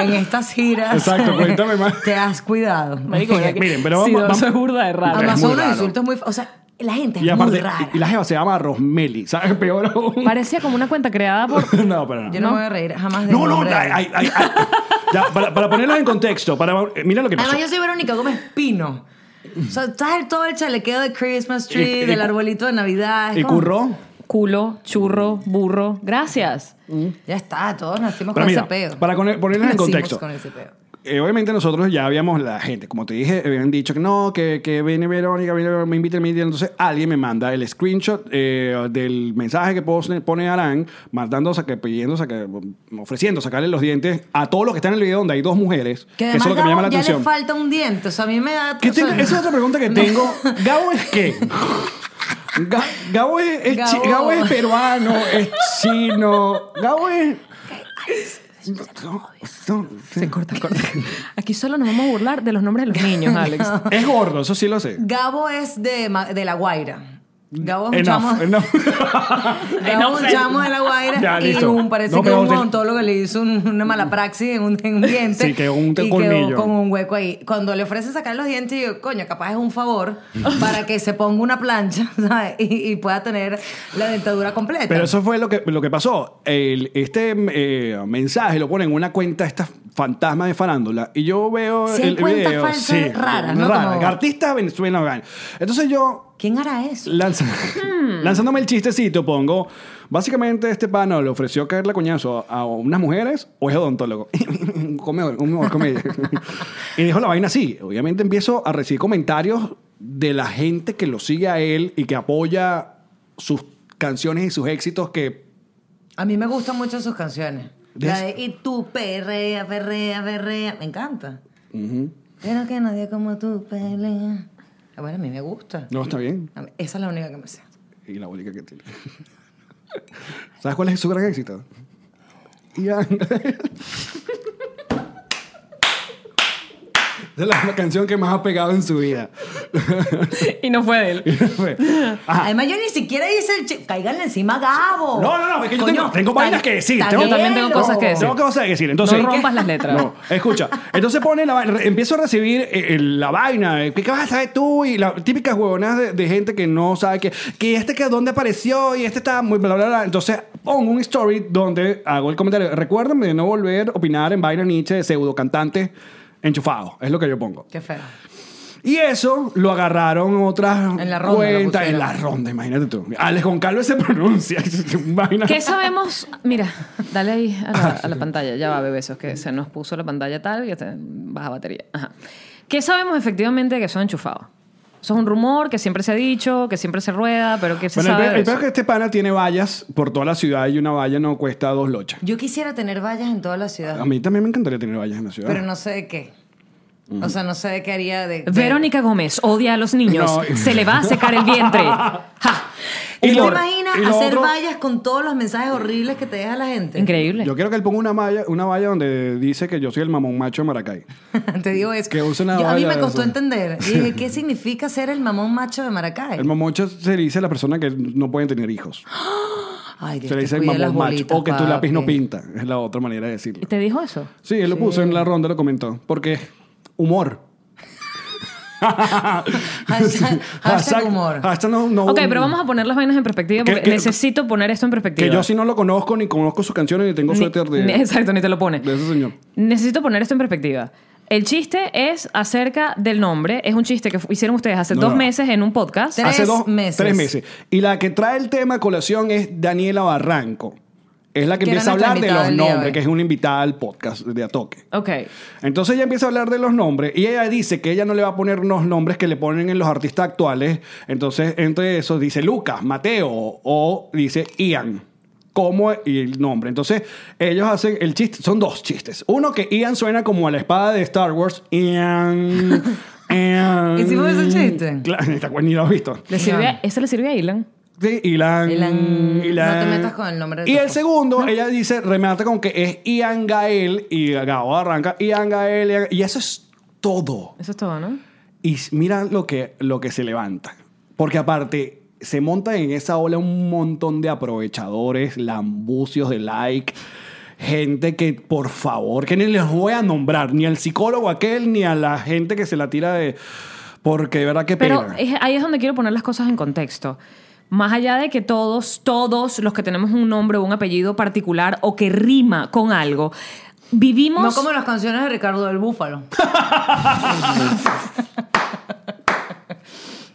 en estas giras. Exacto, cuéntame más. Te has cuidado. Marico, ¿verdad que Miren, pero sí, vamos- Dorso vamos- es burda de raro. Ama- Además, Es son muy unos raro. insultos muy. O sea, la gente es Y aparte, muy rara. y la jeva se llama Rosmeli, ¿sabes? Peor aún. Parecía como una cuenta creada por... (laughs) no, pero no. Yo no, ¿no? me voy a reír jamás de No, un no, hombre ay, árabe. ay, ay, ay. Ya, para, para ponerlos en contexto, para, eh, mira lo que pasó. Además, yo soy Verónica Gómez Pino. O sea, está todo el chalequeo de Christmas Y- tree, y- del arbolito de Navidad. es Y como- curró. Culo, churro, burro. Gracias. Ya está, todos nacimos Pero con mira, ese peo. para cone- ponerlo en Nacimos contexto. con ese peo. Eh, obviamente nosotros ya habíamos la gente, como te dije, habían dicho que no, que, que viene Verónica, viene Verónica, me invita, me invita. Entonces alguien me manda el screenshot eh, del mensaje que pone, pone Arán, mandando, saca- pidiendo, saca- ofreciendo sacarle los dientes a todos los que están en el video donde hay dos mujeres, que, Que eso es además lo que me llama la Gabo ya le atención. falta un diente. O sea, a mí me da... ¿Qué o sea, tiene- esa es otra pregunta que no. tengo. ¿Gabo es qué? Ga- Gabo es, es chi- Gabo. Gabo es peruano, es chino. Gabo es. No, no, Se corta, corta. (laughs) Aquí solo nos vamos a burlar de los nombres de (laughs) los niños, Alex. Es gordo, eso sí lo sé. Gabo es de, Ma- de La Guaira. Gabo es un Enough, chamo... enough. (laughs) Gabo es un chamo de La Guaira Ya, y listo. un, parece No, que pero un te- odontólogo le hizo un- una mala praxis en un, en un diente. Sí, quedó un y quedó colmillo. con un hueco ahí. Cuando le ofrecen sacar los dientes, yo, coño, capaz es (laughs) un favor para que se ponga una plancha (laughs) ¿sabes? Y, y pueda tener la dentadura completa. Pero eso fue lo que, lo que pasó. El- este eh, mensaje lo ponen en una cuenta, esta fantasma de farándula. Y yo veo Sí, hay el cuentas video. falsas raras, ¿no? Rara. Como- Artista venezolano. Entonces yo ¿Quién hará eso? Lanza- lanzándome el chistecito, pongo. Básicamente, este pana le ofreció caerle a coñazo a unas mujeres o es odontólogo. (laughs) Comedor, un humor, comedia. y dijo la vaina así. Obviamente, empiezo a recibir comentarios de la gente que lo sigue a él y que apoya sus canciones y sus éxitos que. A mí me gustan mucho sus canciones. De- La de Y tú perrea, perrea, perrea. Me encanta. Pero que nadie como tú pelea. Ah, Bueno, a mí me gusta. No, está bien. A mí- Esa es la única que me sé. Y la única que tiene. (laughs) ¿Sabes cuál es su gran éxito? Ian. (laughs) Esa es la canción que más ha pegado en su vida. (laughs) Y no fue de él. Fue, ajá. Además, yo ni siquiera hice el chiste. Cáiganle encima a Gabo. Ah. No, no, no, es que yo Coño, tengo, tengo tan- vainas que decir. tan Tengo, Yo también tengo lindo. cosas que decir. Tengo cosas que decir. Entonces, No rompas las letras. No, escucha. Entonces pone la vaina, empiezo a recibir eh, eh, la vaina. eh, ¿Qué qué vas a saber tú? Y las típicas huevonas de, de gente que no sabe que, que este que dónde apareció y este está muy bla, bla, bla. Entonces pongo un story donde hago el comentario. Recuérdame de no volver a opinar en vaina Nietzsche de pseudo cantante enchufado. Es lo que yo pongo. Qué feo. Y eso lo agarraron otras En la ronda lo cuentas. pusieron. En la ronda, imagínate tú. Alex Goncalves se pronuncia. (laughs) Vaina. ¿Qué sabemos? Mira, dale ahí a Ah, la, a la pantalla. Ya va, bebesos, que se nos puso la pantalla tal y te- baja batería. Ajá. ¿Qué sabemos efectivamente de que son enchufados? Eso es un rumor que siempre se ha dicho, que siempre se rueda, pero que se Bueno, el sabe. peor, de el peor eso? es que este pana tiene vallas por toda la ciudad y una valla no cuesta dos lochas. Yo quisiera tener vallas en toda la ciudad, A mí también me encantaría tener vallas en la ciudad. pero no sé de qué. Mm. O sea, no sé de qué haría de. de- Verónica Gómez odia a los niños. No. Se le va a secar el (laughs) vientre. Ja. ¿Tú Y te lo- imaginas y lo hacer otro- vallas con todos los mensajes horribles que te deja la gente? Increíble. Yo quiero que él ponga una valla, una valla donde dice que yo soy el mamón macho de Maracay. (laughs) Te digo es Que usa una yo- a mí valla me de costó esas. entender. Y (laughs) dije, ¿qué significa ser el mamón macho de Maracay? El mamón macho se le dice a la persona que no pueden tener hijos. Ay, Dios, Se le te dice el cuida las mamón macho. bolitas, O que tu lápiz no papi. pinta. Es la otra manera de decirlo. ¿Y te dijo eso? Sí, él lo puso en la ronda, lo comentó. Porque es humor. (laughs) Hashtag- hashtag humor. Hashtag no, no- Ok, pero vamos a poner las vainas en perspectiva Que- porque que- necesito poner esto en perspectiva. Que yo si no lo conozco, ni conozco sus canciones, ni (laughs) tengo Ni- suéter de, Exacto, ni te lo pone. de ese señor. Necesito poner esto en perspectiva. El chiste es acerca del nombre. Es un chiste que fu- hicieron ustedes hace No, dos no. meses en un podcast. Tres Hace dos meses. Tres meses. Y la que trae el tema a colación es Daniela Barranco. Es la que Que era empieza a nuestra hablar de invitada los del día de nombres, hoy. que es una invitada al podcast de Atoque. Ah, Ok. Entonces ella empieza a hablar de los nombres y ella dice que ella no le va a poner unos nombres que le ponen en los artistas actuales. Entonces, entre esos dice Lucas, Mateo o dice Ian. Como y el nombre. Entonces, ellos hacen el chiste. Son dos chistes. Uno que Ian suena como a la espada de Star Wars. (laughs) Ian. Ian. ¿Hicimos ese chiste? Claro, esta cual (laughs) ni lo has visto. ¿Le sirve a- ¿Eso le sirve a Ilan? Sí, Ilan. Ilan. No te metas con el nombre de Y tu el esposo. segundo, ella dice, remata con que es Ian Gael y Gabo arranca Ian Gael. Ian- y eso es todo. Eso es todo, ¿no? Y s- mira lo que, lo que se levanta. Porque aparte, se monta en esa ola un montón de aprovechadores, lambucios de like. Gente que, por favor, que ni les voy a nombrar, ni al psicólogo aquel, ni a la gente que se la tira de. Porque de verdad que Pero pena. es- ahí es donde quiero poner las cosas en contexto. Más allá de que todos, todos los que tenemos un nombre o un apellido particular o que rima con algo, vivimos... No como las canciones de Ricardo del Búfalo.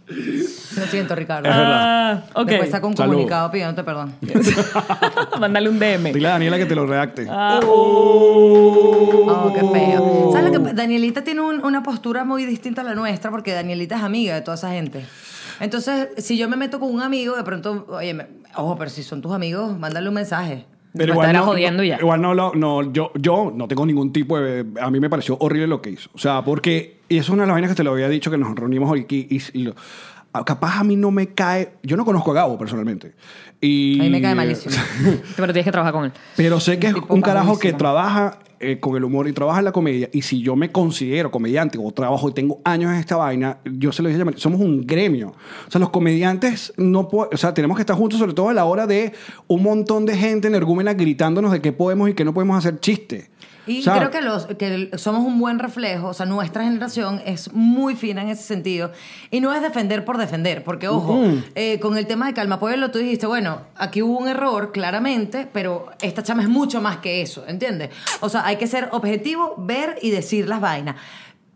Lo siento, Ricardo. Es verdad. Ah, ok. Después saco un Salud. comunicado pidiéndote perdón. (laughs) Mándale un DM. Dile a Daniela que te lo redacte. Ah, Oh, qué feo. ¿Sabes lo que pa- Danielita tiene un- una postura muy distinta a la nuestra porque Danielita es amiga de toda esa gente. Entonces, si yo me meto con un amigo, de pronto, oye, me- ojo, pero si son tus amigos, mándale un mensaje. Me estará jodiendo ya. Igual no, lo- no, yo, yo no tengo ningún tipo de... A mí me pareció horrible lo que hizo. O sea, porque... Y es una de las vainas que te lo había dicho que nos reunimos hoy aquí y, y lo- a- capaz a mí no me cae... Yo no conozco a Gabo personalmente. Y, A mí me cae malísimo. (laughs) Pero tienes que trabajar con él. Pero sé que es tipo un carajo que malísimo. trabaja eh, con el humor y trabaja en la comedia. Y si yo me considero comediante o trabajo y tengo años en esta vaina, yo se lo dije a Yamari, somos un gremio. O sea, los comediantes no po- o sea, tenemos que estar juntos, sobre todo a la hora de un montón de gente en energúmena gritándonos de qué podemos y qué no podemos hacer chiste. Y O sea, creo que, los, que el- somos un buen reflejo, o sea, nuestra generación es muy fina en ese sentido. Y no es defender por defender, porque ojo, eh, con el tema de Calma Pueblo tú dijiste, bueno, aquí hubo un error, claramente, pero esta chama es mucho más que eso, ¿entiendes? O sea, hay que ser objetivo, ver y decir las vainas.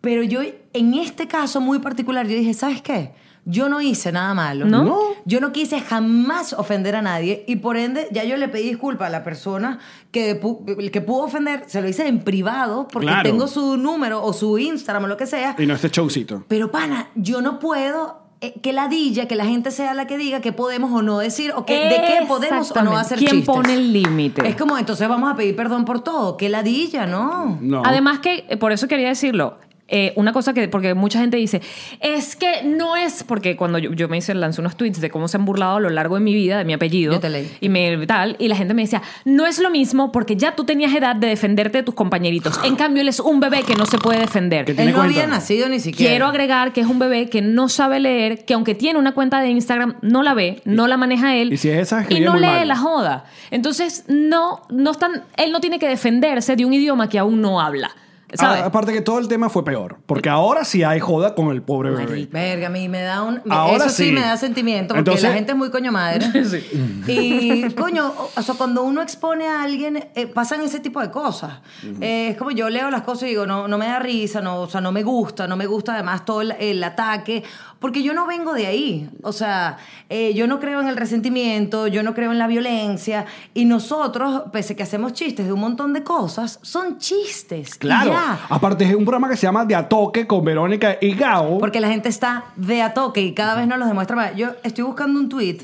Pero yo, en este caso muy particular, yo dije, ¿sabes qué? Yo no hice nada malo. ¿No? No. Yo no quise jamás ofender a nadie y por ende ya yo le pedí disculpa a la persona que, pu- que pudo ofender, se lo hice en privado porque Claro. tengo su número o su Instagram o lo que sea. Y no este showcito. Pero pana, yo no puedo eh, que la dilla, que la gente sea la que diga que podemos o no decir o que, de qué podemos o no Exactamente. hacer ¿Quién chistes. pone el límite? Es como, entonces vamos a pedir perdón por todo. Que la dilla, ¿no? No. Además que, eh, por eso quería decirlo, eh, una cosa que, porque mucha gente dice, es que no es, porque cuando yo, yo me hice, lancé unos tweets de cómo se han burlado a lo largo de mi vida, de mi apellido, Yo te leí. y me tal, y la gente me decía, no es lo mismo porque ya tú tenías edad de defenderte de tus compañeritos, en cambio él es un bebé que no se puede defender. Que tiene Él no había cuenta. nacido ni siquiera. Quiero agregar que es un bebé que no sabe leer, que aunque tiene una cuenta de Instagram, no la ve, no la maneja él. y si es esa, y escribe no muy lee mal. la joda. Entonces, no, no están, él no tiene que defenderse de un idioma que aún no habla. ¿sabes? A- Aparte que todo el tema fue peor. Porque ahora sí hay joda con el pobre bebé. Mari- Verga, a mí me da un. Ahora eso sí. sí. me da sentimiento, porque Entonces- la gente es muy coño madre. (laughs) Y, coño, o, o sea, cuando uno expone a alguien, eh, pasan ese tipo de cosas. Eh, es como yo leo las cosas y digo, no, no me da risa, no, o sea, no me gusta, no me gusta además todo el, el ataque, porque yo no vengo de ahí. O sea, eh, yo no creo en el resentimiento, yo no creo en la violencia, y nosotros, pese que hacemos chistes de un montón de cosas, son chistes. y Claro. ya. Aparte es un programa que se llama De Atoque con Verónica y Gao. Porque la gente está de a toque y cada vez nos los demuestra más. Yo estoy buscando un tweet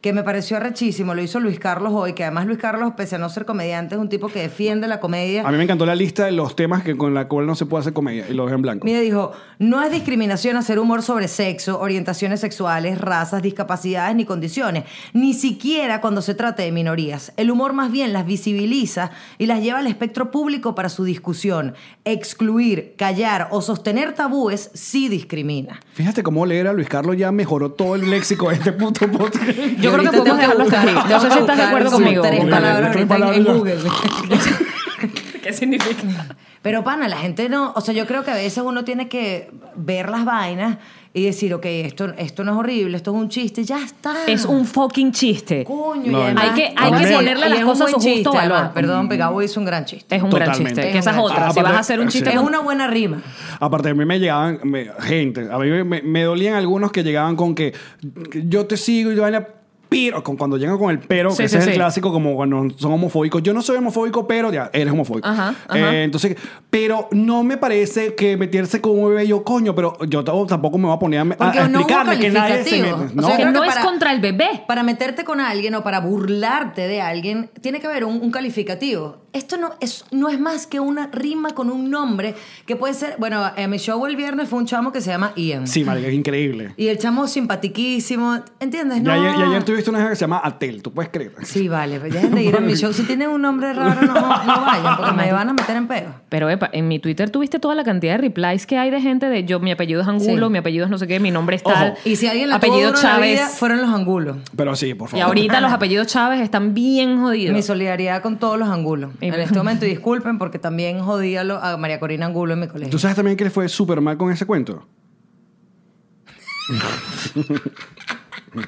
que me pareció arrechísimo, lo hizo Luis Carlos hoy, que además Luis Carlos, pese a no ser comediante, es un tipo que defiende la comedia. A mí me encantó la lista de los temas que con la cual no se puede hacer comedia y lo dejé en blanco. Mire, dijo, no es discriminación hacer humor sobre sexo, orientaciones sexuales, razas, discapacidades ni condiciones, ni siquiera cuando se trate de minorías. El humor más bien las visibiliza y las lleva al espectro público para su discusión. Excluir, callar o sostener tabúes sí discrimina. Fíjate cómo leer a Luis Carlos ya mejoró todo el léxico de este puto Yo podcast. creo que ahorita podemos tengo dejarlo hasta buscar- aquí. No sé si estás de acuerdo tengo que conmigo. buscar Tres sus palabras. Tres palabras Tres ahorita en Google. (laughs) ¿Qué significa? Pero pana, la gente no, o sea, yo creo que a veces uno tiene que ver las vainas y decir, ok, esto, esto no es horrible, esto es un chiste, ya está. Es un fucking chiste. Coño, No, y además- hay que- hay además- que ponerle y las es un cosas a buen su justo chiste, además. valor. Perdón, Pegabo hizo un gran chiste. Es un gran Totalmente. chiste. Que Es esa un es gran otra. chiste. Si vas a hacer un Sí. chiste Es con- una buena rima. Aparte, a mí me llegaban me- gente, a mí me, me- me dolían algunos que llegaban con que que yo te sigo y yo vaina, pero, con, cuando llegan con el pero, Sí, que sí, ese es el sí. clásico como cuando son homofóbicos. Yo no soy homofóbico, pero ya, eres homofóbico. Ajá, ajá. Eh, entonces, pero no me parece que meterse con un bebé, yo coño, pero yo t- tampoco me voy a poner a, a- Porque a no hubo explicarle que nadie se calificativo. mete. O No, sea, que creo no que es para- contra el bebé. Para meterte con alguien o para burlarte de alguien, tiene que haber un, un calificativo. Esto no es, no es más que una rima con un nombre que puede ser. Bueno, en mi show el viernes fue un chamo que se llama Ian. sí, marica, es increíble. Y el chamo simpatiquísimo. ¿Entiendes? Y No. ayer, y ayer tuviste una hija que se llama Atel, tú puedes creer. Sí, vale, pero dejen de ir a mi show. Si tienen un nombre raro, no, no vayan, porque me van a meter en pedo. Pero epa, en mi Twitter tuviste toda la cantidad de replies que hay de gente de yo, mi apellido es Angulo, Sí. mi apellido es no sé qué, mi nombre es tal. Ojo. Y si alguien la apellido apellido tuvo duro en la vida, fueron los angulos. Pero sí, por favor. Y ahorita los apellidos Chávez están bien jodidos. Mi solidaridad con todos los angulos. Y- En este momento, y disculpen, porque también jodí a, lo- a María Corina Angulo en mi colegio. ¿Tú sabes también que le fue súper mal con ese cuento?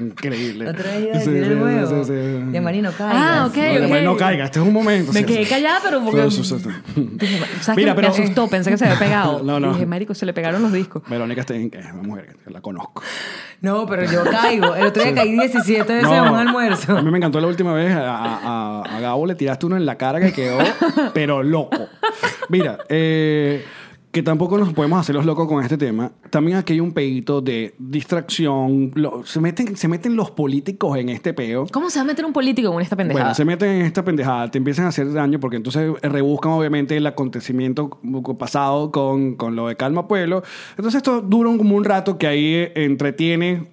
Increíble. La otra vez iba a decir el huevo. De Marino Caigas. Ah, ok. No, Manuel, no caiga, este es un momento. Me sí. quedé callada, pero porque- Pero, sí, sí, sí. Dije, ¿Sabes Mira, qué? pero- Me (laughs) asustó, pensé que se había pegado. No, no. Y dije, marico, se le pegaron los discos. Verónica Stein, que es una mujer, que la conozco. No, pero yo caigo. El otro día caí 17 veces en No, un A almuerzo. mí me encantó la última vez. A, a, a- a Gabo le tiraste uno en la cara que quedó, pero loco. Mira, eh, que tampoco nos podemos hacer los locos con este tema. También aquí hay un peito de distracción. Lo- se, meten, se meten los políticos en este peo. ¿Cómo se va a meter un político con esta pendejada? Bueno, se meten en esta pendejada, te empiezan a hacer daño porque entonces rebuscan obviamente el acontecimiento pasado con, con lo de Calma Pueblo. Entonces esto dura un- como un rato que ahí eh, entretiene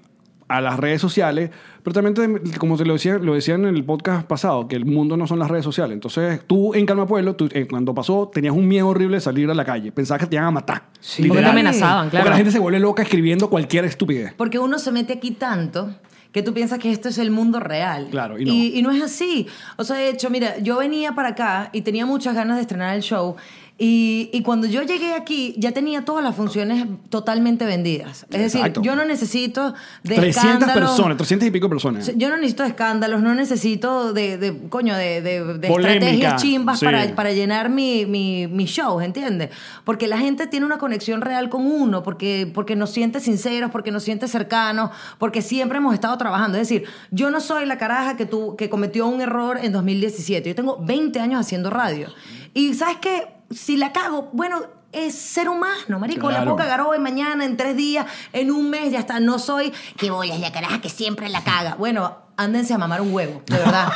a las redes sociales, pero también te- como te lo decía, lo decían en el podcast pasado, que el mundo no son las redes sociales. Entonces tú en Calma Pueblo, tú, eh, cuando pasó, tenías un miedo horrible de salir a la calle, pensabas que te iban a matar. Sí. porque te literal. amenazaban, Porque la claro. gente se vuelve loca escribiendo cualquier estupidez. Porque uno se mete aquí tanto que tú piensas que esto es el mundo real. Claro, y no. Y, no es así. O sea, de hecho, mira, yo venía para acá y tenía muchas ganas de estrenar el show. Y, y cuando yo llegué aquí, ya tenía todas las funciones totalmente vendidas. Es Exacto. decir, yo no necesito de 300 escándalos. personas, 300 y pico personas. O sea, Yo no necesito escándalos, no necesito de, de coño, de, de- de Polémica, estrategias chimbas sí. para, para llenar mi, mi, mis shows, ¿entiendes? Porque la gente tiene una conexión real con uno, porque, porque nos siente sinceros, porque nos siente cercanos, porque siempre hemos estado trabajando. Es decir, yo no soy la caraja que, tú, que cometió un error en 2017. Yo tengo 20 años haciendo radio. Y ¿sabes qué? Si la cago, bueno... Es ser humano, marico. La Claro. puedo cagar hoy, mañana, en tres días, en un mes, ya está. No soy Que voy a la caraja que siempre la caga. Bueno, ándense a mamar un huevo, (laughs) de verdad.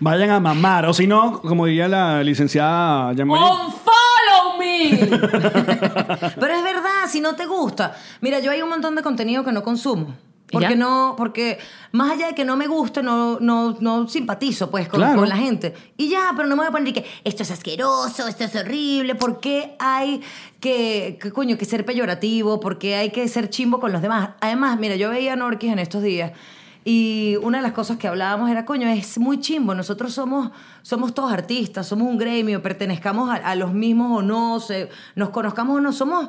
Vayan a mamar, o si no, como diría la licenciada Jean-Marie, Oh. ¡Unfollow me! Pero es verdad, si no te gusta. Mira, yo hay un montón de contenido que no consumo. ¿Y ya? Porque no, porque más allá de que no me guste, no, no, no simpatizo pues con, Claro. con la gente. Y ya, pero no me voy a poner que esto es asqueroso, esto es horrible, ¿por qué hay que, que, coño, que ser peyorativo? ¿Por qué hay que ser chimbo con los demás? Además, mira, yo veía a Norquis en estos días y una de las cosas que hablábamos era, coño, es muy chimbo, nosotros somos, somos todos artistas, somos un gremio, pertenezcamos a, a los mismos o no, se- nos conozcamos o no, somos...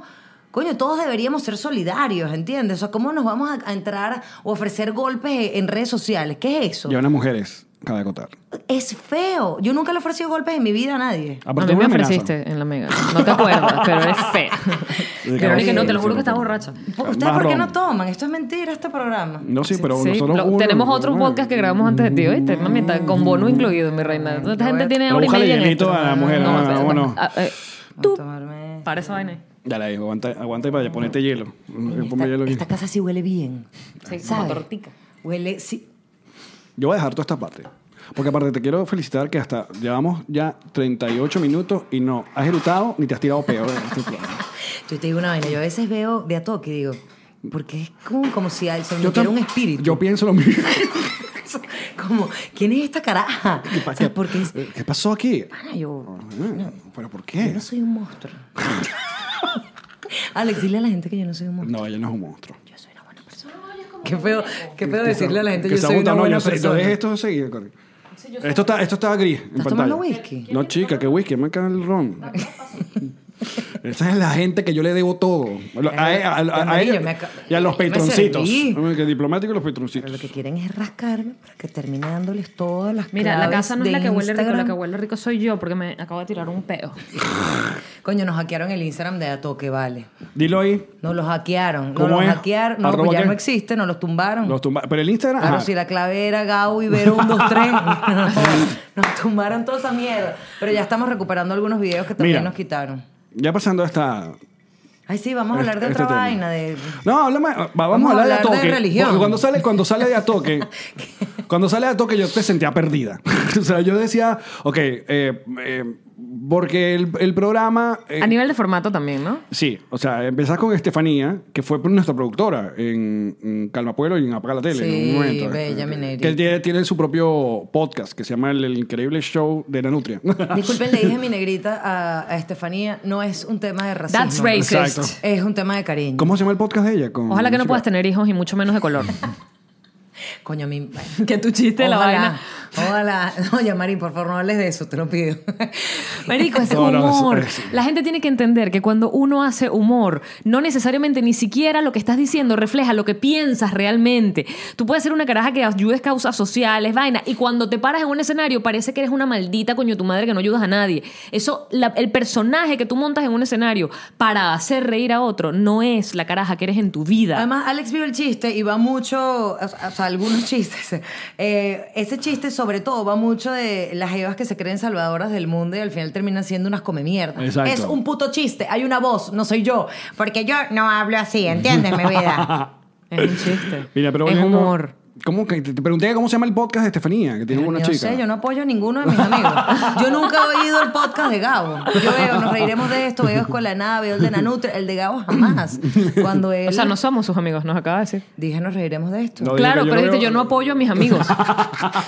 Coño, todos deberíamos ser solidarios, ¿entiendes? O sea, ¿cómo nos vamos a, a entrar o ofrecer golpes en redes sociales? ¿Qué es eso? llevan a mujeres, cabe acotar. Es feo. Yo nunca le he ofrecido golpes en mi vida a nadie. A Aparte mí es me Ah, una amenaza. ofreciste en la mega. No te acuerdas, pero eres (laughs) fea. Sí, Pero dije, claro. no, te lo juro que estaba borracha. ¿Ustedes Más por qué ron. no toman? Esto es mentira, este programa. No, sí, pero Sí, nosotros... lo- uno- tenemos otro bueno. podcast que grabamos antes de ti, ¿oíste? Mami, está con bono incluido, mi reina. Esta gente tiene Pero ahora y búscale media en hielito esto. a la mujer, No, ah, espérate, bueno. ah, eh, Voy a Tú, tomarme- para esa vaina. Dale, ahí, aguanta, aguanta y para ponerte hielo. Ponme hielo Esta, aquí. esta casa sí huele bien. Sí, ¿Sabe? como tortica. Huele, sí. Yo voy a dejar toda esta parte. Porque aparte te quiero felicitar que hasta llevamos ya 38 minutos y no has erutado ni te has tirado peor. en este plan. Yo te digo una vaina. Yo a veces veo de a toque y digo, porque es como, como si al- se me Yo metiera tam- un espíritu. (laughs) Yo pienso lo mismo. como, ¿quién es esta (laughs) caraja? O sea, porque es, ¿Qué pasó aquí? pana, yo, Ah, ¿Pero por yo qué? no soy un monstruo. (laughs) Alex, dile a la gente que yo no soy un monstruo. No, ella no es un monstruo. Qué feo, qué feo decirle a la gente que yo se soy apunta, una no, buena yo sé, yo persona. dejé esto seguido, Cori. esto, está, esto está gris. en ¿Estás pantalla. tomando whisky? No, chica, qué whisky, me encanta el ron. Esa es la gente que yo le debo todo. A, a- a- a- a Yo me ellos ac- y a los yo me patroncitos. serví. Que diplomático y los Pero lo que patroncitos. quieren es rascarme para que terminándoles todas las Mira, la claves casa no es de la que huele rico, la Instagram. que huele rico soy yo porque me acabo de tirar un peo. Coño, nos hackearon el Instagram de A Toque, vale. Dilo ahí. Nos lo hackearon. ¿Cómo Nos lo es? hackearon. No, ¿Arroba pues ya qué? no existe, nos los tumbaron. Los tumba- Pero el Instagram. Claro, ajá. si la clave era Gau y Vero 1, 2, (laughs) 3. (laughs) Nos tumbaron toda esa mierda. Pero ya estamos recuperando algunos videos que también Mira. nos quitaron. Ya pasando hasta. Ay, sí, vamos a hablar de este otra tema. vaina. De... No, háblame- va- vamos, a hablar de Atoque. religión. Porque cuando sale, cuando sale de Atoque, cuando sale de Atoque yo te sentía perdida. (laughs) o sea, yo decía, ok, eh, eh, porque el, el programa... eh, A nivel de formato también, ¿no? Sí, o sea, empezás con Estefanía, que fue nuestra productora en, en Calma Pueblo y en Apaga la Tele en Sí, un momento. bella Mineiri. Que tiene, tiene su propio podcast que se llama El, Increíble Show de la Nutria. (laughs) Disculpen, le dije a mi negrita, a, a Estefanía, no es un tema de racismo. That's racist. Exacto. Es un tema de cariño. ¿Cómo se llama el podcast de ella? Con- Ojalá que no puedas tener hijos y mucho menos de color. Coño, mi... (laughs) que tu chiste la vaina. Ojalá. (laughs) No, ya, Mari, por favor, no hables de eso, te (laughs) lo pido. Marico, ese No, no, humor. eso es- La gente tiene que entender que cuando uno hace humor, no necesariamente ni siquiera lo que estás diciendo refleja lo que piensas realmente. Tú puedes ser una caraja que ayudes causas sociales, vaina, y cuando te paras en un escenario parece que eres una maldita coño tu madre que no ayudas a nadie. Eso, la- el personaje que tú montas en un escenario para hacer reír a otro no es la caraja que eres en tu vida. Además, Alex vio el chiste y va mucho, o sea, o sea, algunos (laughs) chistes. Eh, ese chiste, sobre todo, va mucho de las evas que se creen salvadoras del mundo y al final terminan siendo unas come mierda. Exacto. Es un puto chiste, hay una voz, no soy yo. Porque yo no hablo así, ¿entiendes, mi vida? es un chiste. Mira, pero es volviendo- humor. ¿Cómo que te te pregunté cómo se llama el podcast de Estefanía, que tiene (laughs) una yo chica. sé, yo no apoyo a ninguno de mis amigos. Yo nunca he oído el podcast de Gabo. Yo veo, nos reiremos de esto, veo Escuela de Nada, veo el de Nanutria, el de Gabo jamás. Cuando él... O sea, no somos sus amigos, nos acaba de decir. Dije, nos reiremos de esto. No, dije claro, que yo pero no dijiste, veo- yo no apoyo a mis (laughs) amigos.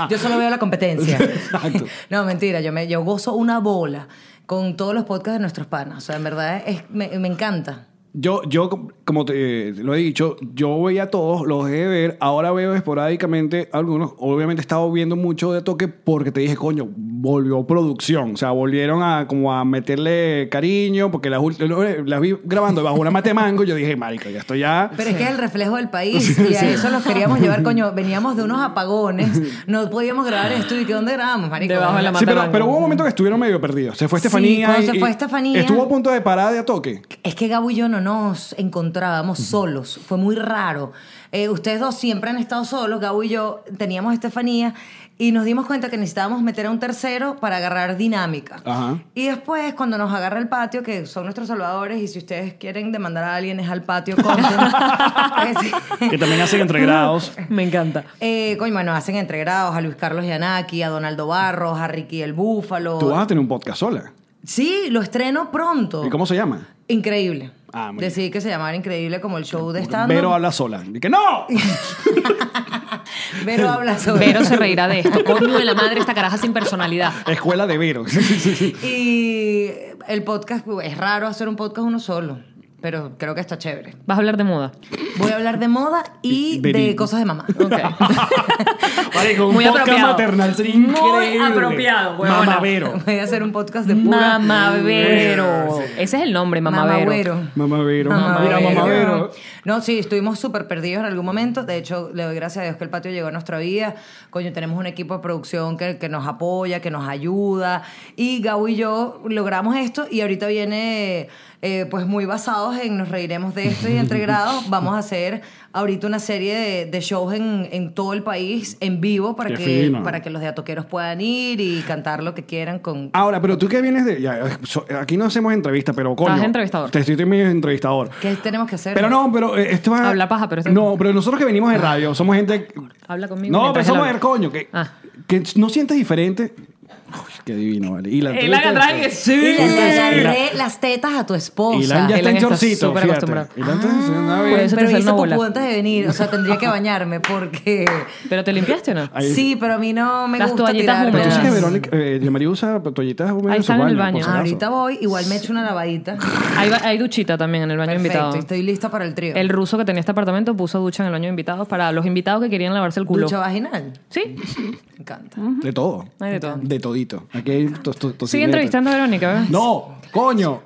Yo solo veo (laughs) la competencia. Exacto. (laughs) No, mentira, yo, me, yo gozo una bola con todos los podcasts de nuestros panas. O sea, en verdad es, me, me encanta. Yo, yo, como te eh, lo he dicho, yo veía a todos, los dejé de ver. Ahora veo esporádicamente algunos. Obviamente he estado viendo mucho de toque porque te dije, coño, volvió producción. O sea, volvieron a como a meterle cariño porque las, ult- lo- eh, las vi grabando bajo una mate mango. Yo dije, marica, ya estoy ya. Pero es que es el reflejo del país y a eso los queríamos (laughs) llevar, coño. Veníamos de unos apagones, no podíamos grabar en estudio. ¿Y que dónde grabamos, marico? Debajo de la Sí, mate pero, mango. pero hubo un momento que estuvieron medio perdidos. Se fue Sí, Estefanía. cuando y- se fue y Estefanía- Estuvo a punto de parar de a toque. Es que Gabo y yo no nos encontrábamos solos, fue muy raro. Eh, ustedes dos siempre han estado solos, Gabo y yo teníamos a Estefanía y nos dimos cuenta que necesitábamos meter a un tercero para agarrar dinámica. Ah, Ajá. Y después, cuando nos agarra el patio, que son nuestros salvadores, y si ustedes quieren demandar a alguien es al patio, (laughs) (laughs) Eh, conten. Que también hacen entregrados. Me encanta. Eh, coño, bueno, hacen entregrados a Luis Carlos Yanaki, a Donaldo Barros, a Ricky el Búfalo. Tú vas a tener un podcast sola. Sí, lo estreno pronto. ¿Y cómo se llama? Increíble. Ah, muy Decidí que se llamara Increíble como el show de stand Vero habla sola. Y que no. (laughs) Vero habla (laughs) sobre. Vero se reirá de esto. Coño de la madre, esta caraja sin personalidad. Escuela de Vero. Sí, sí, sí. Y el podcast, pues, es raro hacer un podcast uno solo, pero creo que está chévere. Vas a hablar de moda. Voy a hablar de moda y de Verídico. cosas (laughs) de mamá. (laughs) Marico, un Muy podcast apropiado. maternal sería Muy increíble. apropiado, huevona. Mamavero. (laughs) Voy a hacer un podcast de pura Eh, Mamavero. Ese es el nombre, Mamavero. Mamavero. mamagüero. Mira, Mamavero. mamavero. No, sí, estuvimos súper perdidos en algún momento. De hecho, le doy gracias a Dios que el patio llegó a nuestra vida. Coño, tenemos un equipo de producción que, que nos apoya, que nos ayuda. Y Gabo y yo logramos esto y ahorita viene, eh, pues muy basados en nos reiremos de esto y (laughs) entregrados. Vamos a hacer ahorita una serie de, de shows en, en todo el país, en vivo, para Qué que, fino. para que los de Atoqueros puedan ir y cantar lo que quieran con... Ahora, pero tú que vienes de. ya, so- aquí no hacemos entrevista, pero coño. Estás entrevistador. Te estoy medio entrevistador. ¿Qué tenemos que hacer? Pero no, pero eh, esto es. Habla paja, pero esto- Ah. No, pero nosotros que venimos de radio, somos gente. Habla conmigo No, pero mientras él somos habla. el coño. Que, Ah. que no sientes diferente. Uy, qué divino, vale. Y la Él haga atrás y que sí. Y le Entonces, agarré las tetas a tu esposa. Y Ilan ya está Ilan en está chorcito. súper fíjate. acostumbrado. Ilan está en una vez. Por eso te pero sale hice una popó bola. antes de venir, o sea, tendría que bañarme porque ¿Pero te limpiaste o no? Ahí- sí, pero a mí no me Las gusta toallitas tirar. Pero tú húmedas. sabes que Verónica, eh, María usa toallitas húmedas Ahí en su están en el baño. por si Ah, acaso. Ahorita voy, igual me echo una (laughs) lavadita. Hay, ba- hay duchita también en el baño Perfecto, invitado. y estoy lista para el trío. El ruso que tenía este apartamento puso ducha en el baño de invitados para los invitados que querían lavarse el culo. Mm. ducha vaginal. Sí, Me encanta. De todo. hay de todo. De todito. Aquí hay to- to- tocineta. ¿eh? Sigue entrevistando a Verónica, ¿ves? No, coño.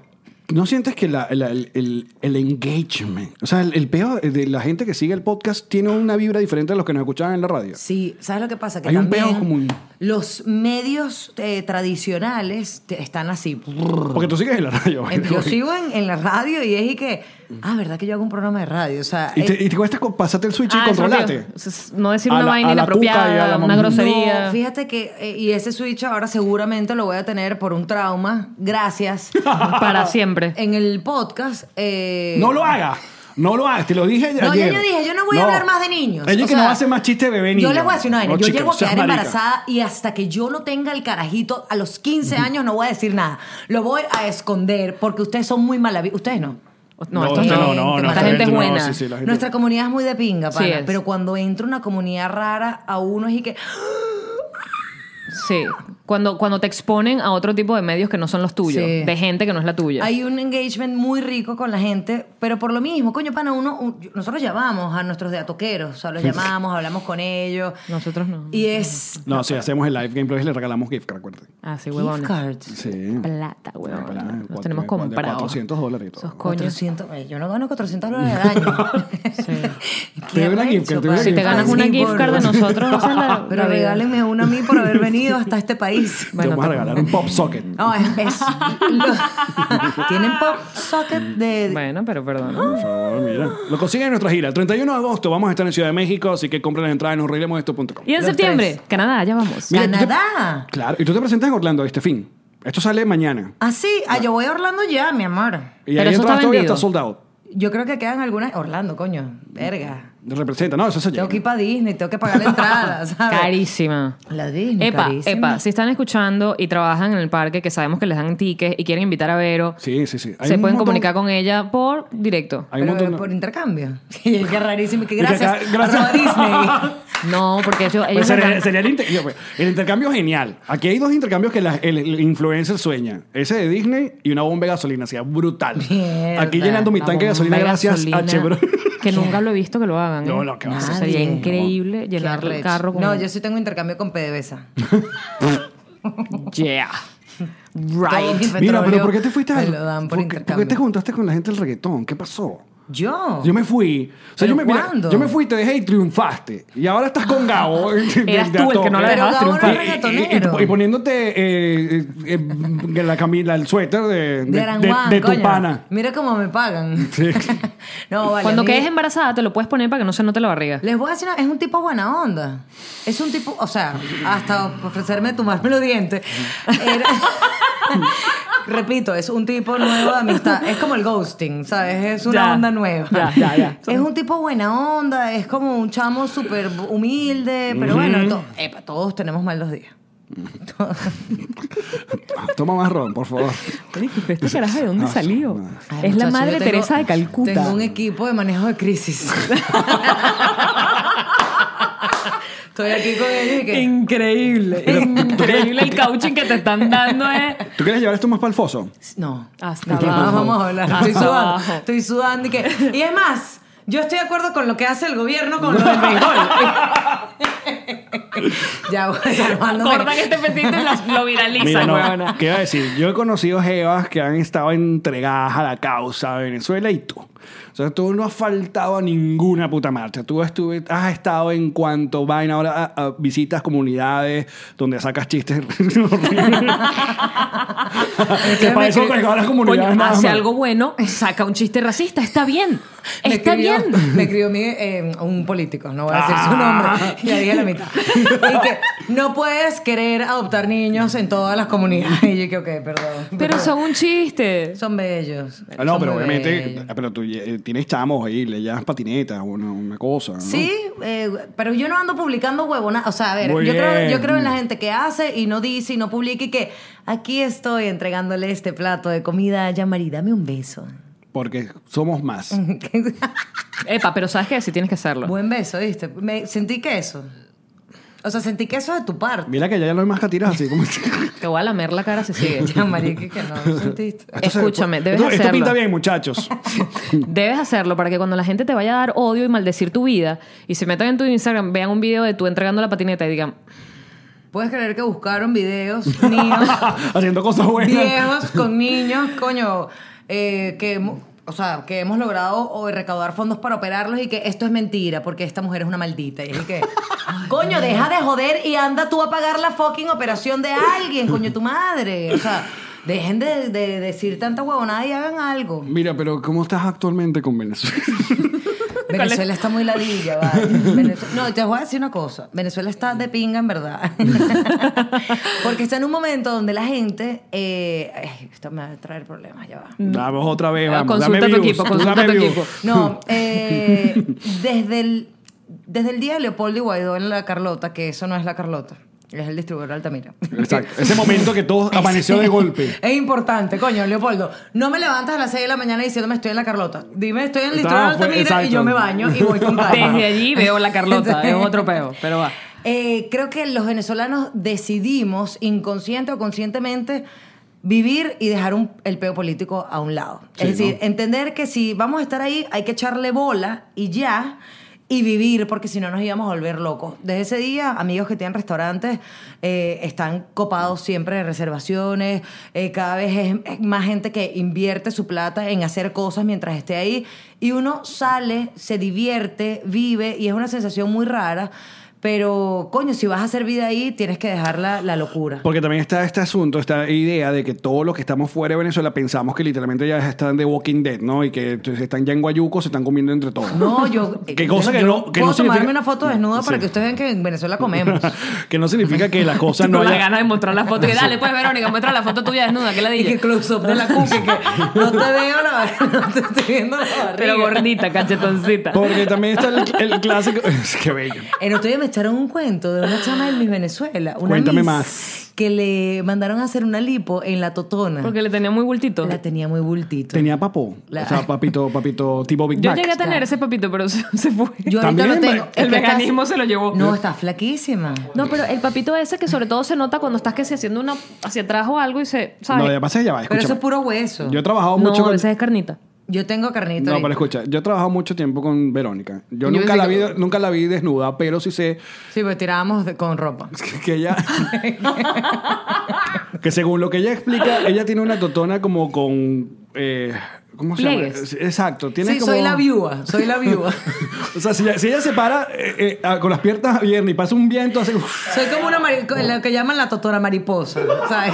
¿No sientes que la- la- el, el- el engagement, o sea, el, el peo de la gente que sigue el podcast tiene una vibra diferente a los que nos escuchaban en la radio? Sí, ¿sabes lo que pasa? Que Hay un también peo común. los medios eh, tradicionales te- están así. brrr. Porque tú sigues en la radio. Eh, by En- the Yo way. sigo en, en la radio y es y que, ah, ¿verdad que yo hago un programa de radio? O sea, Y eh, te, y te cuesta co- pasarte el switch Ah, eso y es lo que controlarte. digo. Es- No decir A una la- vaina a la cuca y a la inapropiada, una mamá. No, grosería. fíjate que, eh, y ese switch ahora seguramente lo voy a tener por un trauma, gracias. (laughs) Para siempre. En el podcast. eh, No lo hagas. No lo hagas, te lo dije No, ya ayer. yo dije, yo no voy a hablar más de niños. Ella O que sea, no hace más chiste de bebé niño. Yo les voy a decir una vaina. No, yo chica, llego a seas quedar marica. embarazada y hasta que yo no tenga el carajito a los 15 años no voy a decir nada. Lo voy a esconder porque ustedes son muy malavi... Ustedes no. No, No, esto esto no. no, no, no, Esta esto gente es no, buena. sí, sí, la- gente- Nuestra comunidad es muy de pinga, Sí pana, es. pero cuando entra una comunidad rara a uno es y que... Sí. Cuando, cuando te exponen a otro tipo de medios que no son los tuyos, Sí. de gente que no es la tuya. Hay un engagement muy rico con la gente, pero por lo mismo, coño, pana, uno, un- nosotros llamamos a nuestros de atoqueros, o sea, los llamamos, hablamos con ellos. Nosotros no. Y es... No, sí, hacemos el live gameplay y le regalamos gift card, acuérdate. Ah, sí, Gift huevones. cards. Sí. Plata, huevón. Plata, Nos cuatro- tenemos de comprados. 400 dólares y todo. Esos coños. 400, eh, yo no gano 400 dólares al (laughs) año. Te doy una arrecho, gift card, te doy pana. una Si te ganas una Sí, gift por- card de nosotros, esa es la- (laughs) Pero la vida. regálenme una a mí por haber venido hasta (laughs) este país. Bueno, te vamos a te- regalar un pop socket. No, es. es- lo- (laughs) Tienen pop socket de. Bueno, pero perdón. (laughs) Por favor, mira. Lo consiguen en nuestra gira. El 31 de agosto vamos a estar en Ciudad de México, así que compren la entrada en nosreiremosesto.com. Y en Los septiembre, tres. Canadá, ya vamos. Mira, tú te- Canadá. Claro, y tú te presentas en Orlando este fin. Esto sale mañana. Ah, sí. Ah, yo voy a Orlando ya, mi amor. Y Pero eso ahí entradas está todavía vendido. está sold out. Yo creo que quedan algunas. Orlando, coño. Verga. Representa, no, eso se llega. Tengo que ir para Disney, tengo que pagar la (laughs) entrada, ¿sabes? Carísima. La Disney. Epa, carísima. epa, si están escuchando y trabajan en el parque, que sabemos que les dan tickets y quieren invitar a Vero, Sí, sí, sí. Hay se un pueden montón- comunicar con ella por directo. Hay un Pero, montón eh, de- por intercambio. (laughs) (laughs) Qué rarísimo. Que Y que gracias. acá- gracias. (laughs) arroba Disney. No, porque ellos, ellos Pues sería, arran- sería el, inter- yo, pues, el intercambio genial. Aquí hay dos intercambios que la- el, el influencer sueña. Ese de Disney y una bomba de gasolina. Sería brutal. Mierda. Aquí llenando mi la tanque de bomba gasolina gracias gasolina, a Chevron. (laughs) Que nunca lo he visto que lo hagan. ¿eh? No, no, qué va a Eso ser. Sería Nadie. increíble Qué llenar el arrecho. carro con... No, yo sí tengo intercambio con PDVSA. (laughs) Yeah. Todo mi Right. petróleo Mira, pero ¿por qué te fuiste me al- lo dan ¿por qué- ¿Por por qué intercambio. te juntaste con la gente del reggaetón? ¿Qué pasó? Yo. Yo me fui. O sea, ¿Pero yo me, mira, cuándo? yo me fui, te dejé y triunfaste. Y ahora estás con Gabo. de- de- Eras de tú el atope. que no la Pero dejaste Gabo no es triunfar. Y, y- reggaetonero. y- y poniéndote eh, eh, eh, la camila, el suéter de, de, de Aranjuan, de- de tu coño. pana. Mira cómo me pagan. (laughs) no, vale. Cuando a mí- quedes embarazada, te lo puedes poner para que no se note la barriga. Les voy a decir, una- es un tipo buena onda. Es un tipo, o sea, hasta ofrecerme tomarme los dientes. Era- (laughs) Repito, es un tipo nuevo de amistad. Es como el ghosting, ¿sabes? Es una Ya. onda nueva. Ya, ya, ya. Es un tipo buena onda, es como un chamo súper humilde, pero bueno, to- epa, todos tenemos malos días. Ah, Toma más ron, por favor. ¿Este carajo de dónde No, salió? no. Ay, es la muchacho, madre yo tengo- Teresa de Calcuta. Tengo un equipo de manejo (laughs) de crisis. Estoy aquí con ellos y que... (laughs) Increíble. (laughs) Increíble el coaching que te están dando, (laughs) ¿eh? ¿Tú quieres llevar esto más para el foso? No. Hasta Aquí no abajo. vamos a hablar. Hasta Estoy sudando. abajo. Estoy sudando y que... Y es más, yo estoy de acuerdo con lo que hace el gobierno con (laughs) lo del béisbol. (laughs) ya voy salvándome. Cortan este petito y los- lo viralizan, Mira, huevona. no, ¿qué iba a decir? Yo he conocido jevas que han estado entregadas a la causa de Venezuela y tú. O sea, tú no has faltado a ninguna puta marcha. Tú estuve- has estado en cuanto vaina. Ahora a- a- visitas comunidades donde sacas chistes. (laughs) que para eso que las Coño, comunidades. nada hace más. algo bueno, saca un chiste racista. Está bien. Me Está escribió- bien. Me escribió mi, eh, un político, no voy a decir su nombre, Ah. ya dije la mitad. Y que no puedes querer adoptar niños en todas las comunidades. Y yo que, ok, perdón. Pero son un chiste. Son bellos. Ah, No, son pero muy obviamente, bellos. pero tú eh, tienes chamos ahí, le llevas patinetas, una, una cosa. ¿no? Sí, eh, pero yo no ando publicando huevonas. O sea, a ver, Muy yo creo, yo bien. creo en la gente que hace y no dice y no publica y que aquí estoy entregándole este plato de comida. Ya, Mari, dame un beso. (laughs) Porque somos Mm. más. Epa, pero ¿sabes qué? Si tienes que hacerlo. Buen beso, ¿viste? Me, sentí queso. O sea, sentí queso de tu parte. Mira que ya no hay más catiras así. (laughs) Como... Te voy a lamer la cara si sigue. Ya, Mari, que, que no sentiste. (laughs) Entonces, Escúchame, debes esto, esto hacerlo. pinta bien, muchachos. (laughs) Debes hacerlo para que cuando la gente te vaya a dar odio y maldecir tu vida y se metan en tu Instagram, vean un video de tú entregando la patineta y digan, Puedes creer que buscaron videos (laughs) míos Haciendo cosas buenas. viejos con niños, coño, eh, que hemos- o sea, que hemos logrado o recaudar fondos para operarlos y que esto es mentira porque esta mujer es una maldita y es el que coño, deja de joder y anda tú a pagar la fucking operación de alguien, coño tu madre, o sea, dejen de, de decir tanta huevonada y (laughs) hagan algo. Mira, pero ¿cómo estás actualmente con Venezuela? (laughs) Venezuela está muy ladilla, vale. Venezue- No, te voy a decir una cosa. Venezuela está de pinga, en verdad. (laughs) Porque está en un momento donde la gente... eh, ay, esto me va a traer problemas, ya va. vamos otra vez, vamos. Eh, Consulta dame a tu views, equipo, tú consulta a dame tu views. equipo. (laughs) No, eh, desde, el, desde el día de Leopoldo y Guaidó en La Carlota, que eso no es La Carlota, es el distribuidor (laughs) de Altamira. Exacto. Ese momento que todo (laughs) amaneció de golpe. (laughs) Es importante, coño, Leopoldo. No me levantas a las 6 de la mañana diciéndome estoy en La Carlota. Dime, estoy en el distribuidor de Estaba fu- Altamira y Ah, exacto. yo me baño y voy con calma. Desde allí veo la Carlota, es otro peo, pero va. (laughs) Eh, creo que los venezolanos decidimos, inconsciente o conscientemente, vivir y dejar un- el peo político a un lado. Sí, es decir, ¿no? entender que si vamos a estar ahí, hay que echarle bola y ya. Y vivir, porque si no nos íbamos a volver locos. Desde ese día, amigos que tienen restaurantes eh, están copados siempre de reservaciones. eh, cada vez es, es más gente que invierte su plata en hacer cosas mientras esté ahí. Y uno sale, se divierte, vive, y es una sensación muy rara. Pero, coño, si vas a hacer vida ahí, tienes que dejar la, la locura. Porque también está este asunto, esta idea de que todos los que estamos fuera de Venezuela pensamos que literalmente ya están de Walking Dead, ¿no? Y que entonces, están ya en Guayuco, se están comiendo (laughs) entre todos. No, yo. eh, Qué cosa (laughs) que yo no- que puedo no significa- tomarme una foto desnuda para Sí. que ustedes vean que en (laughs) Venezuela comemos. que no significa que las (laughs) cosas Con no las haya- ganas de mostrar la foto. Y dale, pues, Verónica, muestra la foto tuya desnuda, ¿qué la Y que dije? (laughs) close up de la cuca, (laughs) que no te veo la barriga, (laughs) no te estoy viendo la barriga. Pero gordita, cachetoncita. Porque también está el, el clásico... (laughs) Qué bello. En otro día me echaron un cuento de una chama de Miss Venezuela. Una Cuéntame Miss, más. Que le mandaron a hacer una lipo en la totona. Porque le tenía muy bultito. la tenía muy bultito. Tenía papo. La- O sea, papito, papito, tipo Big Yo Mac. llegué a tener ese papito, pero (laughs) se, se fue. Yo ahorita También lo tengo. el Es que mecanismo se lo llevó. No, está flaquísima. No, pero el papito ese que sobre todo se nota cuando estás que si haciendo una hacia atrás o algo y se, ¿sabes? No, ya pasa, ya va, Pero eso escúchame. es puro hueso. Yo he Yo, No, trabajado Oh, mucho con... esa es carnita. tengo No, carnita. ahorita. pero escucha, yo he trabajado mucho tiempo con Verónica. Yo, Yo nunca, sí la vi, que- nunca la vi desnuda, pero sí sé (laughs) Sí, pues tirábamos de- con ropa. que, que (laughs) ella... que según lo que ella explica, ella tiene una totona como con... eh, ¿Cómo se Pliegues. llama? Exacto. Tiene Sí, como... soy la viuda. Soy la viuda. (laughs) O sea, si ella, si ella se para eh, eh, ah, con las piernas abiertas y pasa un viento, hace... Soy como una mari- lo que llaman la totora mariposa, ¿sabes?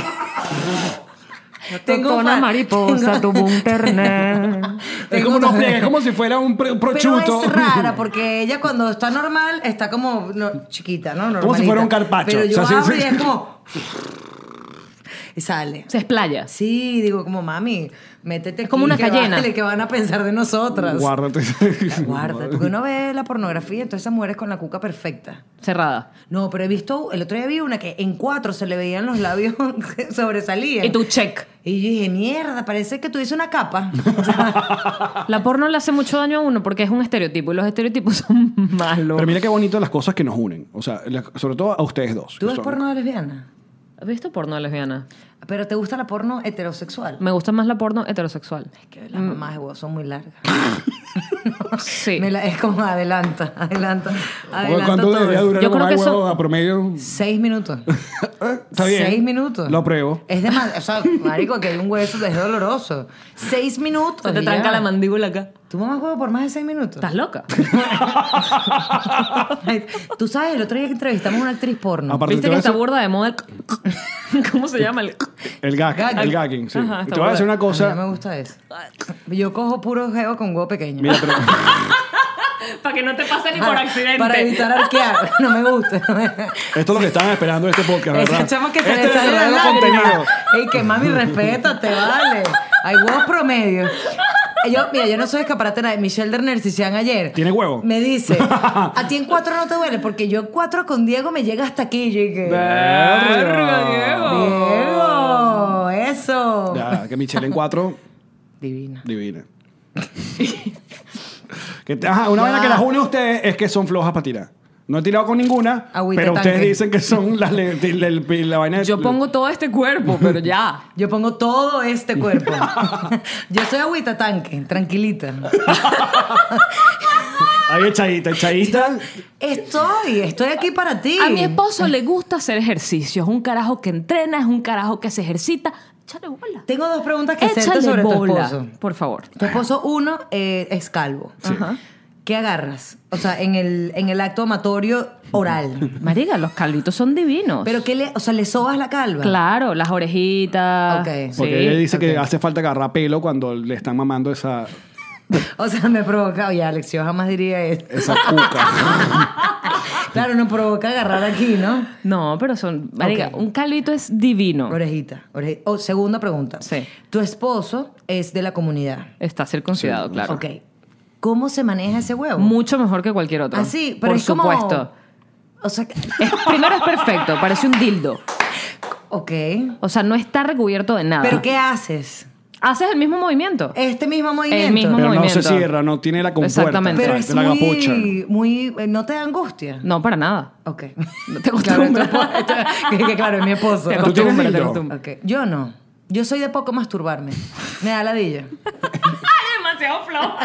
Tengo Totona fa- mariposa, (laughs) tengo- tuvo un terner. (laughs) es Tengo como una- unos pliegues, como si fuera un pro- Pero prochuto. es rara porque ella cuando está normal está como no, chiquita, ¿no? Como si fuera un Normalita. carpacho. Pero yo O sea, sí, abro sí. y es como y sale. Se explaya. Sí, digo como mami, métete Es como aquí, una que cayena. vale, que van a pensar de (laughs) nosotras. Guárdate. Guarda, porque uno ve la pornografía, entonces esas mujeres con la cuca perfecta. Cerrada. No, pero he visto, el otro día vi una que en cuatro se le veían los labios, (laughs) sobresalían. Y tu check. Y yo dije, mierda, parece que tuviese (laughs) una capa. La porno le hace mucho daño a uno porque es un estereotipo y los estereotipos (laughs) son malos. Pero mira qué bonito las cosas que nos unen. O sea, la- sobre todo a ustedes dos. ¿Tú que ves son- porno de lesbiana? ¿Has visto porno lesbiana? Pero te gusta la porno heterosexual. Me gusta más la porno (laughs) heterosexual. Que las mamás de huevo son muy largas. Mm. Sí. Me la- es como (laughs) adelanta, adelanta. adelanta ¿Cuánto todo debería eso. durar Yo creo una mamá que de huevo eso- a (laughs) promedio? eh, Seis minutos. Está bien. Seis minutos. Lo (laughs) apruebo. Es de más, o sea, marico, que hay un hueso, es doloroso. Seis minutos. Se te y tranca ya. la mandíbula acá. ¿Tu mamá juega por más de seis minutos? ¿Estás loca? (laughs) Ay, Tú sabes, el otro día que entrevistamos a una actriz porno. (laughs) Aparte- ¿Viste de que eso- está burda de moda? (laughs) el- ¿Cómo se llama? El... El gag, Gagging. el gagging, sí. Ajá, Y está te voy a decir una A mí no cosa. me gusta eso. (laughs) Yo cojo puro geo con huevo pequeño. (laughs) Mira, pero- Para que no te pase ni por Para- accidente. Para evitar arquear. (laughs) No me gusta. esto es lo que estaban esperando de este podcast, ¿verdad? Esa chama que se este le es el sale la verdadero lágrima. contenido. Ey, que mami, respétate, vale. Hay huevos promedio. Yo, mira, yo no soy escaparate de nadie. Michelle de Nercisian ayer. ¿Tiene huevo? Me (laughs) dice, a ti en cuatro no te duele, porque yo en cuatro con Diego me llega hasta aquí. Yo dije, Verga. Diego, eso. Ya, que Michelle en cuatro, Divina. divina. (laughs) Que te- ajá, una vaina que las une a ustedes es que son flojas para tirar. No he tirado con ninguna, Agüita pero ustedes tanque. dicen que (laughs) son las le- de- la, la vaina de- Yo pongo todo este cuerpo, pero ya. Yo pongo todo este cuerpo. yo soy agüita tanque, tranquilita. Ahí echadita, echadita. Estoy, estoy aquí para ti. A mi esposo le gusta hacer ejercicio. Es un carajo que entrena, es un carajo que se ejercita. Échale bola. Tengo dos preguntas que hacerte Échale sobre tu bola, esposo. por favor. Tu esposo, uno, eh, es calvo. Ajá. ¿Qué agarras? O sea, en el, en el acto amatorio oral. Marica, los calvitos son divinos. Pero qué le, o sea, le sobas la calva. Claro, las orejitas. Ok. Porque ella Sí. dice que hace falta agarrar pelo cuando le están mamando esa, O sea, me provoca, oye, Alex, yo jamás diría eso. (laughs) esa cuca. Claro, no provoca agarrar aquí, ¿no? No, pero son. Marica, Ok. un calvito es divino. Orejita, oreji- Oh, segunda pregunta. Sí. Tu esposo es de la comunidad. Está circuncidado, claro. Ok. ¿Cómo se maneja ese huevo? Mucho mejor que cualquier otro. Así, Ah, pero Por es como- supuesto. O sea, que- Es- primero es perfecto, parece un dildo. ok. O sea, no está recubierto de nada. ¿Pero qué haces? Haces el mismo movimiento. Este mismo movimiento. mismo Pero no movimiento. se cierra, no tiene la compuerta. Exactamente. Pero ¿sabes? es la capucha. muy, muy... eh, ¿No te da angustia? No, para nada. (laughs) Ok. No te Claro, acostumbras. esto- (laughs) que, que claro, es mi esposo. Te ¿Tú tienes acostumbras, te dildo? acostumbras. Ok. Yo no. Yo soy de poco masturbarme. Me da ladilla. Demasiado flojo.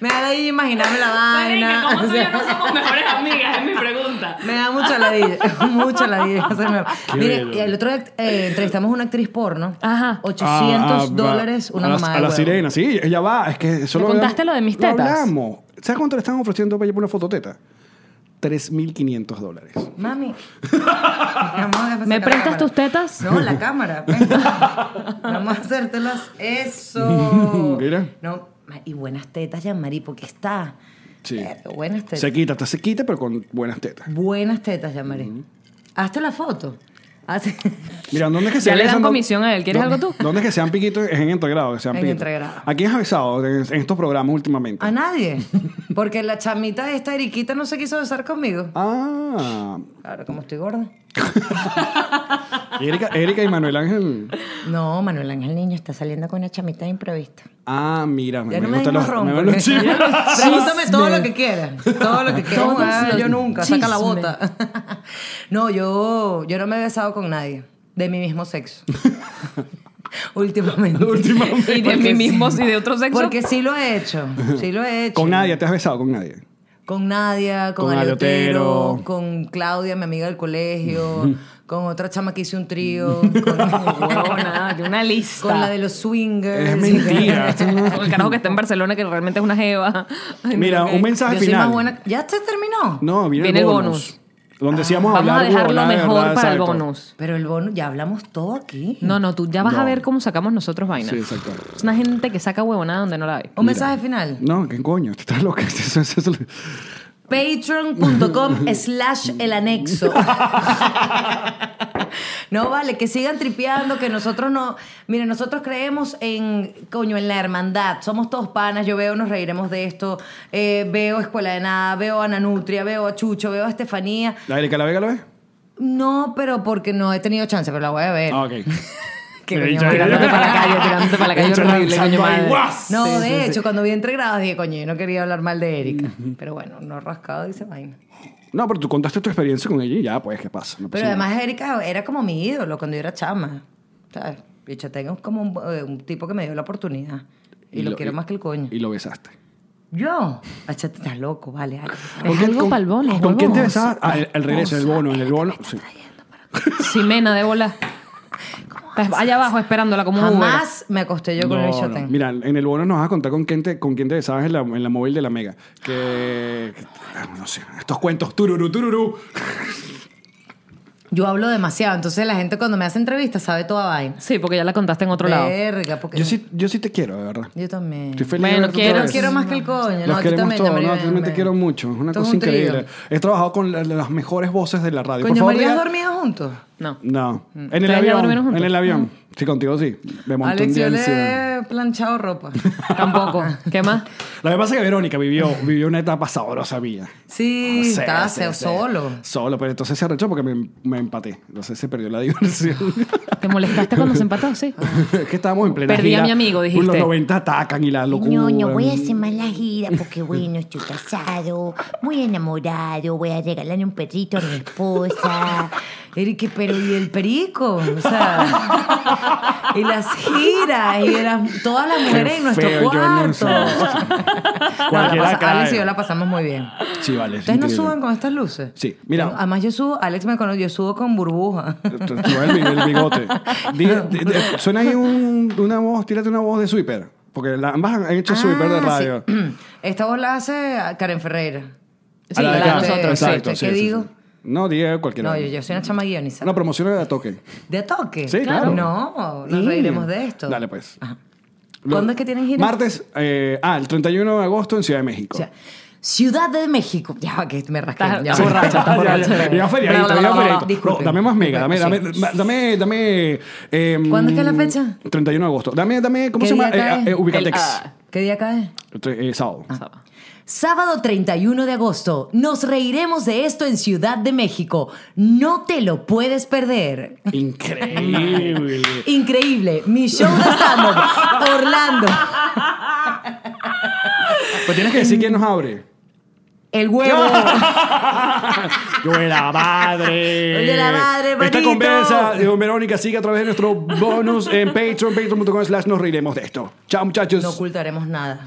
Me da ladilla imaginarme la Ah, vaina. como O sea, somos mejores amigas? Es mi pregunta. Me da mucha (laughs) ladilla, mucha ladilla. O sea, me- Qué Mire, bello. y el otro día eh, entrevistamos a una actriz porno. Ajá. 800 Ah, ah, dólares a una la- mamá de A la huevo. sirena, sí, ella va. Es que eso ¿Le habíamos- contaste lo de mis tetas? hablamos. ¿Sabes cuánto le están ofreciendo para ella por una fototeta? 3.500 dólares. (laughs) Mami. vamos a hacer ¿Me la prestas cámara. tus tetas? No, la cámara. venga. Vamos a hacértelas. Eso. (laughs) Mira. No, ma- y buenas tetas, Yanmari, porque está. Sí. Eh, Verga, Buenas tetas. Se quita, está se quita, pero con buenas tetas. Buenas tetas, Yanmari. Mm. Hazte la foto. Hazte- Mira, ¿dónde es que se Ya le dan besan? ¿Dó- comisión a él. ¿Quieres dónde- algo tú? ¿Dónde es que sean piquitos? Es en entregrado. que sean En piquitos. entregrado. ¿A quién has besado en, en estos programas últimamente? (laughs) Ah, A nadie. Porque la chamita esta Eriquita no se quiso besar conmigo. Ah. Claro, como estoy gorda. Erika, Erika y Manuel Ángel. No, Manuel Ángel Niño está saliendo con una chamita de improviso. Ah, mira, Ya no me gustan den los- marrón. me (laughs) gustan (laughs) los porque- chismes. Pregúntame todo lo que quieras. Todo (laughs) lo que quieras. Todos Ah, los yo nunca. Saca la chismes. bota. (laughs) No, yo, yo no me he besado con nadie de mi mismo (laughs) sexo. Últimamente. Últimamente. Y de Porque mí sí- mismo y de otro sexo. Porque sí lo (laughs) he hecho. Sí lo he hecho. Con nadie, ¿te has besado con nadie? Con Nadia, con, Con Ale Otero, Otero. con Claudia, mi amiga (laughs) del colegio, con otra chama que hice un trío, con, Huevona, de una lista. con la de los Eh, swingers. Es mentira. (laughs) esto es una- Con el carajo que está en Barcelona, que realmente es una jeva. Ay, no, Mira, ok. un mensaje Yo soy final. más buena. ¿Ya se terminó? No, viene, Viene el el Ah, bonus. Donde sí vamos a Vamos hablar a dejar lo huevonadas, mejor ¿verdad? para el Exacto. bonus. Pero el bono, ya hablamos todo aquí. No, no, tú ya vas No. a ver cómo sacamos nosotros vainas. Sí, exacto. Es una gente que saca huevonada donde no la hay. Un mensaje final. No, ¿qué coño? (laughs) Estás loca. Eso- eso- eso- (laughs) Patreon.com slash el anexo. No vale, que sigan tripeando, que nosotros no. Mire, nosotros creemos en, coño, en la hermandad. Somos todos panas. Yo veo, nos reiremos de esto. eh, veo Escuela de Nada, veo a Nanutria, veo a Chucho, veo a Estefanía. ¿La Erika la Vega lo ve? Eh. No, pero porque no he tenido chance, pero la voy a ver. Ah, ok. Qué Ella- ella- coño, Tirándote para la calle, tirándote para la calle Ella horrible, lanzando coño ahí, madre. ¡guas! No, de hecho, cuando vi entregrados dije, coño, yo no quería hablar mal de Erika. Pero bueno, no rascado dice vaina. No, pero tú contaste tu experiencia con ella y ya, pues, ¿qué pasa? No Pero pasa nada. además Erika era como mi ídolo cuando yo era chama. ¿Sabes? Bicho, tengo como un, eh, un tipo que me dio la oportunidad. Y, lo, quiero más que el coño. Y lo besaste. yo. Achate, estás loco, vale. Ale. Es algo pa'l bono, ¿Con quién te huevón. besabas? Ah, el, el regreso, el bono, en el bono. Sí. Ximena de bola. Estás allá abajo esperándola como un Uber. Jamás me acosté yo con No, Luis no. Chatén. Mira, en el bono nos vas a contar con quién te, con quién te besabas en la, en la móvil de la Mega. Que. que- ah, no sé, estos cuentos. Tururú, tururú. Yo hablo demasiado, entonces la gente cuando me hace entrevistas sabe toda vaina. Sí, porque ya la contaste en otro lado. Verga, porque Yo sí, yo sí te quiero, de verdad. yo también. Estoy feliz de Bueno, verte otra quiero- vez. Los quiero más que el coño. Los no, queremos tú también, todos, María, no, también te ven. quiero mucho. Es una Esto es cosa un trío. increíble. He trabajado con la- las mejores voces de la radio. Por Coño, favor, María, ¿has diga- dormido juntos? No. No. Mm. En el ya avión. durmieron juntos? En el avión. Sí, contigo sí. Me monté un Alex, día yo en le Ciudad. he (laughs) planchado ropa. Tampoco. ¿Qué más? Lo que pasa es que Verónica vivió, vivió una etapa sabrosa mía. Sí, No sé, estaba sí, sí. solo. Solo, pero entonces se arrechó porque me, me empaté. Entonces se perdió la (laughs) (laughs) diversión. ¿Te molestaste cuando se empató? Sí. es que estábamos en plena Perdí a gira. mi amigo, dijiste. Los 90 atacan y la locura. No, no voy a hacer más la gira porque, bueno, estoy casado, muy enamorado, voy a regalarle un perrito a mi esposa. Eric, pero ¿y el perico? O sea, (laughs) Y las giras, y las- todas las mujeres en nuestro feo, yo no cuarto. sé. No, la Cualquiera pasa- cae. Alex y yo la pasamos muy bien. Sí, vale. es ¿Ustedes no increíble. suben con estas luces? Sí, mira. Yo- Además yo subo, Alex me conoce, yo subo con burbuja. Tú- tú ves el, el bigote. Di- di- di- suena ahí un- una voz, tírate una voz de sweeper. Porque la- ambas han hecho sweeper de Ah, radio. sí. (clears throat) Esta voz la hace a Karen Ferreira. Sí, A la de de acá. nosotros, sí. Exacto, ¿Qué sí, sí, digo? sí. No, diga cualquiera. No, yo, yo soy una chama guionista. No, promociona de a toque. ¿De toque? Sí, claro. No, nos Mm. reiremos de esto. Dale, pues. ¿Cuándo es que tienen gira? Martes, eh, ah, el 31 de agosto en Ciudad de México. O sea, Ciudad de México. Ya, va, que me rasqué. Estás- (laughs) ya, estás borracho, Ya, estás ya, borracho. ya, ya feriadito, Bla, bla, bla, ya bla, feriadito. bla. Disculpen. No, dame más mega, dame, dame, Sí. ma- dame, dame. em, ¿Cuándo es que es la fecha? 31 de agosto. Dame, dame, ¿cómo ¿Qué se llama? día cae? Eh, eh, Ubicatex. El, ah. ¿Qué día cae? Tre- eh, sábado. Sábado 31 de agosto. Nos reiremos de esto en Ciudad de México. No te lo puedes perder. (laughs) Increíble. Increíble. Mi show de stand Orlando. pues tienes que decir quién nos abre. (laughs) El huevo. Yo de la madre. El de la madre, Esta manito. conversa de Verónica sigue a través de nuestro bonus en Patreon, patreon.com slash nos reiremos de esto. Chao, muchachos. No ocultaremos nada.